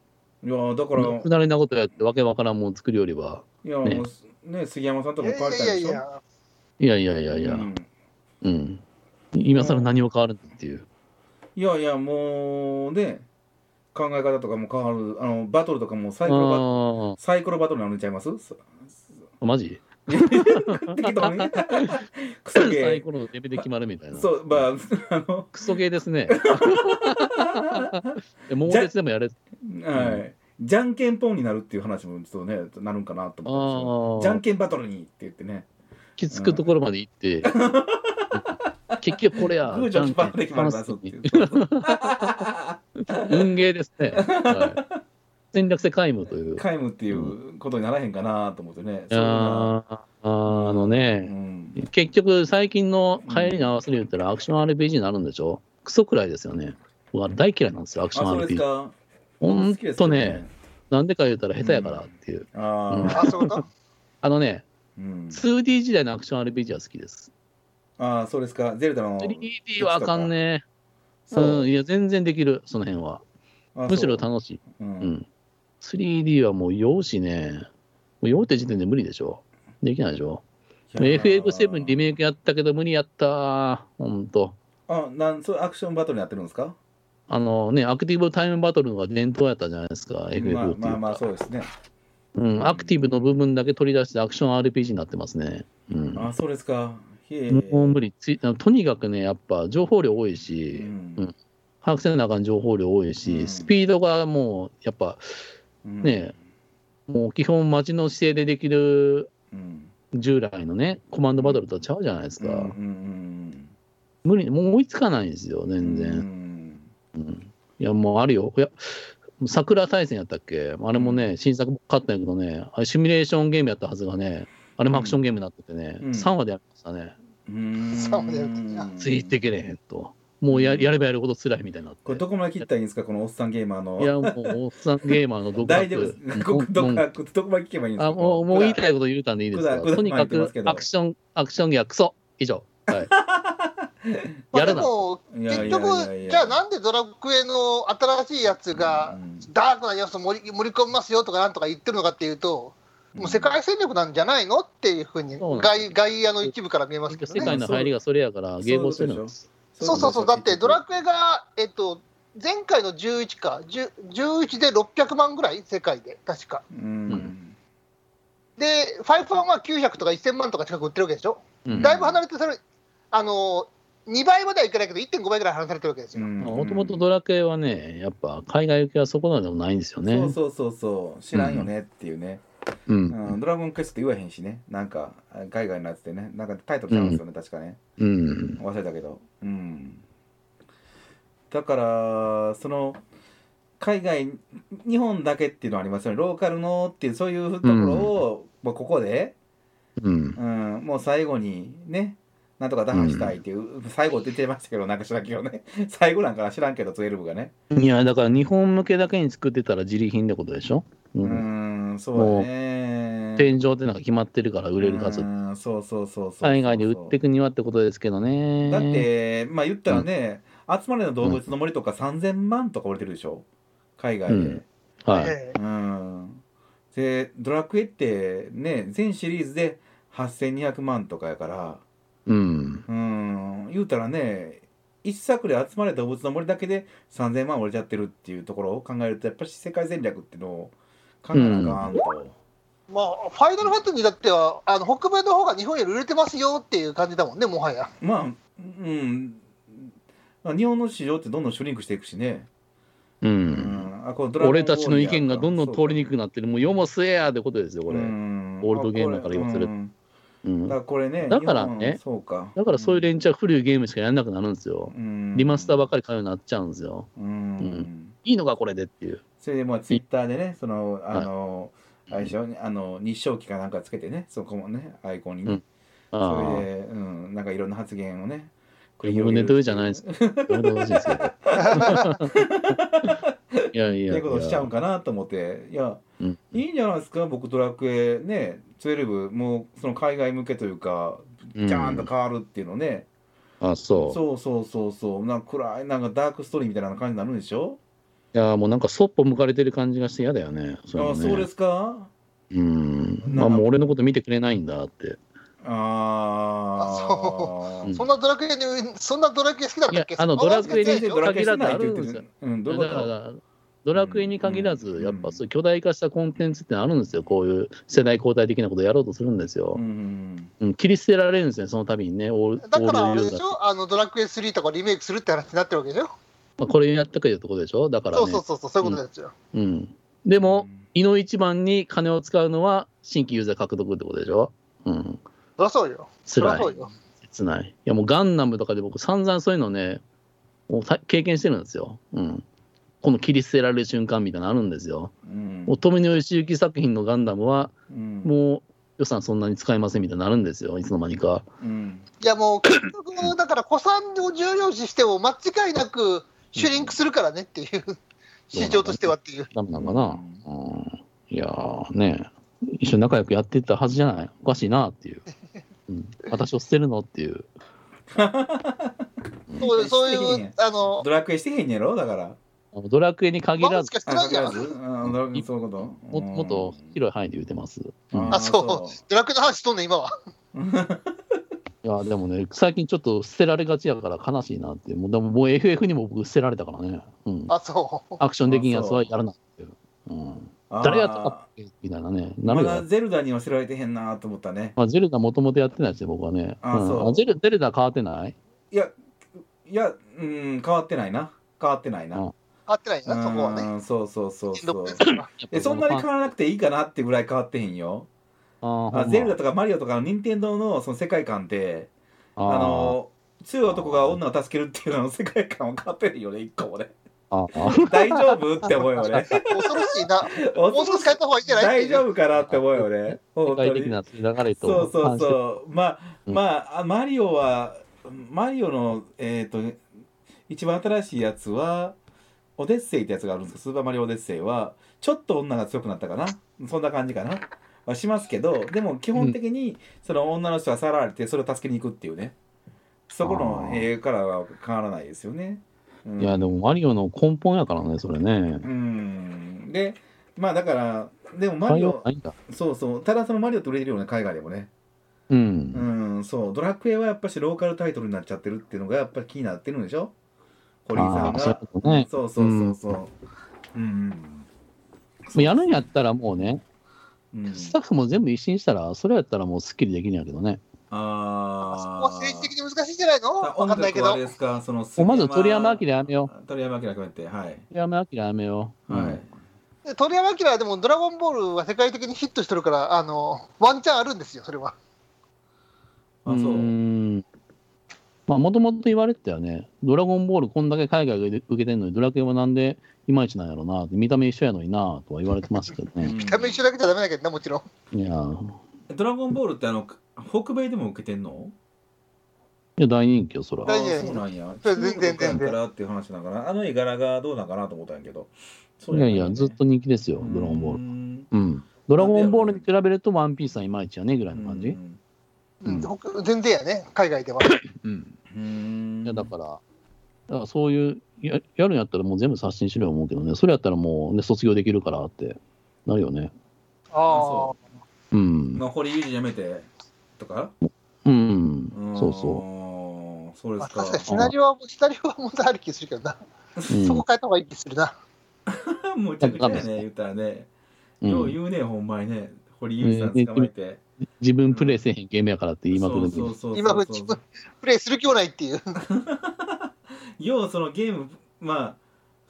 S2: いやだから
S3: 不慣れなことやって、わけわからんもん作るよりは。
S2: いやもうね杉山さんと
S1: い
S2: かも
S1: や
S2: 変わり
S1: い
S2: た
S1: や
S2: い
S1: い
S2: でしょ
S1: や、
S3: いやいやいやいや
S2: う。ん
S3: うん。今更何を変わるっていう。
S2: いやいや、もうね、考え方とかも変わる、あのバトルとかもサイクロバ
S3: あ
S2: サイクロバトルになるんちゃいますそ
S3: あ、マジ
S2: 適当にねクソ
S3: サイ
S2: ゲ
S3: コロのレベルで決まるみたいな。
S2: ーそうまああの
S3: クソゲーで すね。え桃鉄でもやれ。
S2: はい、じゃんけんポンになるっていう話もちょっとねなるんかなと
S3: あ
S2: 思ったんですよ
S3: あ
S2: じゃんけんバトルにって言ってね
S3: きつくところまで 行って、結局これや
S2: グ、ーじゃんけんパンで決まるんだぞっていう皆
S3: 運ゲーです ね。はい戦略性皆無という。
S2: 無っていうことにならへんかなと思ってねそういうのは
S3: あーあの
S2: う
S3: ね、
S2: ん
S3: 結局最近の流行りに合わせる言ったらアクション RPG になるんでしょクソくらいですよね。僕は大嫌いなんですよ、アクシ
S2: あ
S3: ョ
S2: そ
S3: ン
S2: うです
S3: RPG。
S2: か
S3: ほん
S2: 好きです
S3: と
S2: よ
S3: ね、なんでか言ったら下手やからっていう。
S2: ああ
S1: あ、そういうこと
S3: あのね、
S2: うん、
S3: 2D 時代のアクション RPG は好きです。
S2: ああそうですかゼルダの
S3: 3D はあかんね。、
S2: そううん
S3: いや、全然できる、その辺は。
S2: あ
S3: むしろ
S2: そう
S3: 楽しい。
S2: う
S3: うんん。3D はもう酔うしね、もう酔うって時点で無理でしょ。できないでしょ。
S2: いやー
S3: FF7 リメイクやったけど無理やった。ほんと。
S2: あなんそうアクションバトルになってるんですか
S3: あのね、アクティブタイムバトルが伝統やったじゃないですか、FF っていう
S2: まあ
S3: か
S2: まあまあそうですね
S3: うん、アクティブの部分だけ取り出してアクション RPG になってますね。うん。
S2: あそうですかへえ
S3: もう無理ついとにかくね、やっぱ情報量多いうし、
S2: ん
S3: 把握せなあかん情報量多いし、
S2: うん
S3: スピードがもう、やっぱ、
S2: うん
S3: ねもう基本、街の姿勢でできる
S2: うん
S3: 従来のね、コマンドバトルとはちゃうじゃないです
S2: うん
S3: か。
S2: うんうん
S3: 無理、もう追いつかないんですよ、
S2: う
S3: 全
S2: ん
S3: 然。
S2: うん
S3: うんいや、もうあるよ。いや、桜大戦やったっけあれもね、新作買ったんやけどね、あれシミュレーションゲームやったはずがね、あれもアクションゲームになっててね、
S2: うん
S3: 3話でやりましたね。
S2: うん
S1: そうだよね
S3: ついてけれへんと。もうややればやるほど辛いみたいになって。
S2: これどこまで切ったらいいんですかこのおっさんゲーマーの
S3: いや、もう、おっさんゲーマーの独
S2: 大丈夫です
S3: 学。
S2: どこ
S3: うん
S2: どこどこまで聞けばいいんです
S3: あ
S2: か
S3: もうもう言いたいこと言うたんでいいです
S2: く
S3: か
S2: だくだ
S3: とにか
S2: まあ言ってま
S3: く
S2: すけど
S3: アクション、アクションゲーはクソ以上。はい、
S1: まあ
S3: や
S1: で
S3: るな。
S1: も、
S2: いや
S1: 結
S2: いやいやいや
S1: 局、じゃあなんでドラクエの新しいやつが
S2: うん
S1: ダークな要素盛り盛り込みますよとかなんとか言ってるのかっていうと、もう世界戦略なんじゃないのっていうふうに
S3: そうなんです
S1: 外、外野の一部から見えますけど
S3: 世
S1: ね。
S3: 界の入りがそれやから、ゲームをする
S2: そういうこと
S3: の
S2: で。し
S1: そうそうそう、だってドラ
S2: ク
S1: クエが、えっと、前回の11か、10 11で600万ぐらい、世界で、確か。
S2: エうん
S1: で、5ンは900とか1000万とか近く売ってるわけでしょ。
S3: うん
S1: だいぶ離れてそれ、あの2倍まではいかないけど、1.5倍ぐらい離されてるわけですよ。
S3: もともとドラクエはね、やっぱ海外受けはそこまでもないんですよね。
S2: そうそうそうそう知らんよねっていうね
S3: う
S2: うん
S3: ん。
S2: ドラゴンクエストって言わへんしねなんか海外のやつってねなんかタイトルちゃうんですよね確かね
S3: うん。
S2: 忘れたけどうんだからその海外日本だけっていうのはありますよねローカルのっていうそういうところを、まあここで、
S3: うん。
S2: うん、もう最後にねなんとか打破したいっていう、最後って言ってましたけどなんか知らんけどね 最後なんか知らんけど12がね
S3: いや、だから日本向けだけに作ってたら自利品ってことでしょ。う。
S2: うんん、そうだね
S3: 天井ってなんか決まってるから売れる数。
S2: うんそうそうそうそうそう
S3: 海外に売っていくにはってことですけどね。
S2: だっ、てまあ言ったらね、集まれの動物の森とか3000万とか売れてるでしょ海外で、
S3: うんはい。
S1: ええ
S2: うんでドラクエってね全シリーズで8200万とかやから
S3: うん。
S2: うん言うたらね一作で集まれた動物の森だけで3000万売れちゃってるっていうところを考えるとやっぱり世界戦略っていうのを考えなあかんと、
S1: まあ、ファイナルファンタジーだっては、あの北米の方が日本より売れてますよっていう感じだもんね、もはや。
S2: まあうんまあ日本の市場ってどんどんシュリンクしていくしね、
S3: う。
S2: うんあこれドラゴン
S3: 俺たちの意見がどんどん通りに
S2: く
S3: くくなってる。もう世も末やってことですよ、これ。オ
S2: ー
S3: ールドゲームだから言わせるうん
S2: だからこれね
S3: だからね
S2: 日本そうか
S3: だからそういう連中は古いゲームしかやんなくなるんですよ。
S2: うん
S3: リマスターばっかり買うようになっちゃうんですよ。
S2: うん、
S3: んいいのか、これでっていう。
S2: それでまあツイッターでねそのあの、あれでしょあの日照機かなんかつけてねそこもねアイコンにね、
S3: うん
S2: そ
S3: ああ
S2: れ。で、うん、なんかいろんな発言をね
S3: これ僕ネット上じゃないです
S2: か
S3: やめてほし いですけど。いやい
S2: っ
S3: や。
S2: ていうことをしちゃうんかなと思っていや
S3: うん
S2: いいんじゃないですか僕ドラクエね12もうその海外向けというかジャーンと変わるっていうのね、
S3: あ、そう。
S2: そうそうそうそうなんか暗いなんかダークストーリーみたいな感じになるんでしょ
S3: いや、もうなんかそっぽ向かれてる感じがして嫌だよね。それ
S2: あ
S3: は
S2: あ
S3: ね
S2: そうですか
S3: うん。まあもう俺のこと見てくれないんだって。
S2: ああ
S1: あそうそんなドラクエに、そんなドラクエ好きだったっけ
S3: いやあのドラクエに
S1: そんなわけないでしょ
S3: 限らずあるんですよ
S2: うん、どういう
S3: だ
S2: こ
S3: か
S2: と
S3: ら、ドラクエに限らず、やっぱそういう巨大化したコンテンツってあるんですよ、こういう世代交代的なことやろうとするんですよ
S2: う。ん
S3: うん、切り捨てられるんですね、その度にね、オー
S1: だ
S3: ル
S1: からあ
S3: オー
S1: れ
S3: ルユー
S1: で
S3: ザ
S1: し
S3: ー
S1: ょあのドラクエ3とかリメイクするって話になってるわけでしょ、
S3: まあ、これやったかいうところでしょ、だから
S1: そう
S3: ね。
S1: そうそうそうそういうことですよ、
S3: うん、でも、井の一番に金を使うのは新規ユーザー獲得ってことでしょ。うん、
S1: そりゃそうよそりゃ
S3: 辛い
S1: そ、うよ
S3: 切ない。いや、もうガンダムとかで僕、散々そういうのね、もうた経験してるんですよ。うん、この切り捨てられる瞬間みたいなのあるんですよ。
S2: うん
S3: 乙女の義行作品のガンダムは、
S2: うん
S3: もう予算そんなに使えませんみたいになるんですよ、いつの間にか。
S2: うん
S1: いやもう結局だから古参を重要視しても間違いなくシュリンクするからねっていう、市場としてはっていう
S3: ダメなのかな。うん、いやー、ねえ一緒に仲良くやってたはずじゃない。おかしいなっていう。うん、私を捨てるのっていう。
S1: そういうそう
S2: 素敵
S1: い
S2: ね
S1: うあの
S2: ドラクエしてへんやろだから。
S3: あのドラクエに限
S1: 魔
S3: ら
S1: 法
S3: ず
S1: し、かして
S2: あ
S1: ない
S2: か
S1: じゃ
S2: ら
S1: ん
S2: ずうんドラクエそういうこと
S3: ももっと広い範囲で言うてます。
S2: う
S3: うんん
S1: あそうドラクエの話しとんねん今は
S3: いや、でもね、最近ちょっと捨てられがちやから悲しいなっていう。もうでももう FF にも僕捨てられたからね。うん、
S1: あそう
S3: アクションできんやつはやるなっていう。うん、
S2: あー
S3: 誰やったかってみたいなね。な
S2: ま
S3: るよ
S2: だゼルダには捨てられてへんなと思ったね。
S3: まあ、ゼルダもともとやってないですよ、僕はね。
S2: あ
S3: ん
S2: そう
S3: ゼルゼルダ変わってない
S2: いや、いや、うん、変わってないな。変わってないな。
S3: う
S2: うんん
S1: 合ってないなそこはね
S2: そうそうそうそ
S1: 16
S2: う
S1: 年。生か
S3: やっぱ
S2: え
S3: り
S2: そんなに変わらなくていいかなってぐらい変わってへんよ。
S3: あーほんま
S2: あゼルダとかマリオとかの任天堂のその世界観って、
S3: あ
S2: あ
S3: ー
S2: の強い男が女を助けるっていうのの世界観は変わってるよね、一個 もね。
S3: あー
S2: 大丈夫って思うよ ね。
S1: 恐ろしいなもう少し変えた方がいいんじゃない
S2: 大丈
S1: 夫
S2: 夫かなって思うよね。本
S3: 世
S2: 当
S3: 界的
S2: に
S3: な流れと
S2: そうそう
S3: う
S2: そう。まあ、
S3: うん
S2: まああ、マリオは、マリオの、えっ、と、一番新しいやつは、オデッセイってやつがあるんですけど、スーパーマリオオデッセイは、ちょっと女が強くなったかな。そんな感じかな。はしますけど、でも基本的に、その女の人がさらわれて、それを助けに行くっていうね。そこの
S3: あー
S2: 絵からは変わらないですよね。うん
S3: いやでもマリオの根本やからねそれね
S2: うん。で、まあだから、でもマ
S3: 対
S2: リオ
S3: 応な、いんだ
S2: そうそう、ただそのマリオって売れてるよね、海外でもね。
S3: う
S2: うんん、そう、ドラクエはやっぱしローカルタイトルになっちゃってるっていうのがやっぱり気になってるんでしょ堀井さ
S3: あ
S2: ん
S3: あそういう
S2: が。
S3: ことね
S2: そうそうそうそう。うん。
S3: もうやるんやったらもうね
S2: うん、
S3: スタッフも全部一新したらそれやったらもうすっきりできるんやけどね
S1: そこ
S2: あ
S1: は政治的に難しいんじゃないの
S2: あ
S1: わかんないけど
S2: あれですか、その
S3: もうまず鳥山明やめよ
S2: 鳥山明決めて、はい。
S3: う鳥山明やめよう、
S2: はい。
S3: うん
S1: で鳥山明はでも「ドラゴンボール」は世界的にヒットしてるからあのワンチャンあるんですよそれは
S2: あ、そう
S3: ー
S2: う。
S3: んまあ、もともと言われてたよね。ドラゴンボールこんだけ海外で受けてんのに、ドラクエはなんでいまいちなんやろなって、見た目一緒やのになとは言われてましたけどね。
S1: 見た目一緒だけじゃダメだけどなもちろん
S3: いやー、い
S2: ドラゴンボールってあの、北米でも受けてんの
S3: や大人気よ、そら。
S1: 大人気
S2: あーそうなんや。
S1: それ全然
S2: 中国やったらっていう話だから、あの絵柄がどうなんかなと思ったんやけど。そう
S3: いやいや、ずっと人気ですよ、
S2: うん
S3: ドラゴンボール。
S2: うん
S3: うん。ドラゴンボールに比べると、ワンピースはいまいちやねぐらいの感
S2: う
S3: じ。
S2: ん
S3: うん
S1: うん全然やね海外では
S3: うん。
S2: うん
S3: いや、だから、だからそういうや、やるんやったらもう全部刷新しろよ思うけどね、それやったらもうね、卒業できるからってなるよね。
S1: ああ
S2: そ
S3: うん。
S2: まあ、堀裕二やめてとか
S3: うん。そうそう
S2: そう
S1: ま
S2: で
S1: あ
S2: すか
S1: 確かにシナリオはシナリオは問題ある気するけどな、
S3: う。うん
S1: そこ変えた方がいい気するな
S2: むちゃくちゃやね言ったらね、
S3: うん
S2: よう言うねほんまにね堀裕二さん捕まえて、
S3: 自分プレイせえへんゲームやからって言いまくるんで
S2: そうそうそう
S1: 今
S2: そう
S1: うちもプレイする気もないっていう
S2: ようそのゲームまあ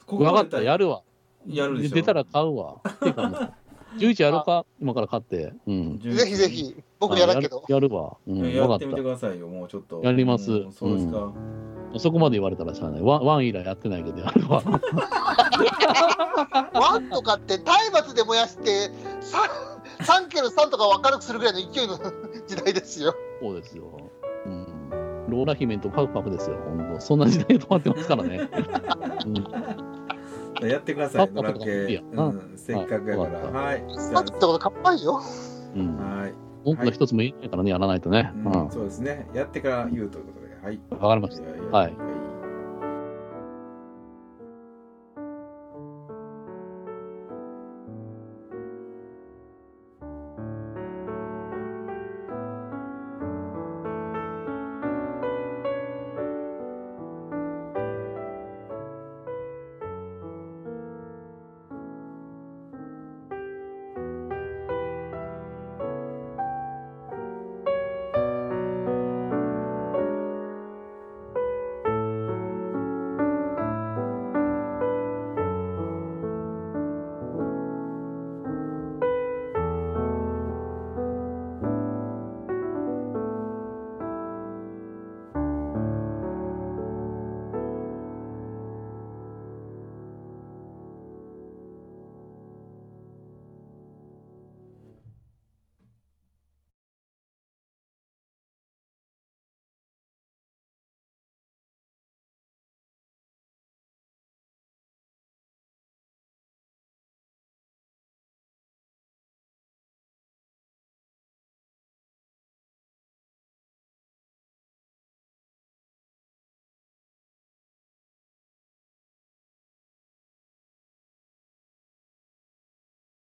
S2: こ
S3: 分か
S2: ま
S3: っ
S2: で
S3: た、やるわ。
S2: やるでしょ
S3: 出たら買うわ。てかもう11やろうか、今から買って。うん。
S2: ぜ
S1: ぜひぜひ僕やらんけど
S3: やるやるわ。うん、分
S2: や
S3: かっ
S2: ってみて
S3: た
S2: く。ださいよもうちょっと
S3: やります
S2: うんそうですか、
S3: そこまで言われたらしゃあない。ワンワン以来やってないけど、やるわ。
S1: ワンとかって体罰で燃やして 3, 3キロ3とかを明るくするぐらいの勢いの時代ですよ
S3: そうですよ。うん。ローラ姫とパクパクですよ、本当。そんな時代で止まってますから ね。うん
S2: やってください
S3: パ
S2: ド
S3: ッパ
S2: ラ
S3: と
S2: ク
S3: か
S2: エ
S3: いいやな
S2: うん、せっかくやからは
S3: はい
S2: じ
S1: さっきってことかっぱいよ
S3: うん
S2: ゃあ。はい
S3: 文句の一つも言えないからね、やらないとね。う
S2: うん
S3: ん。
S2: そうですねやってから言うということではい
S3: わかりまし
S2: いやいや
S3: はい
S2: はい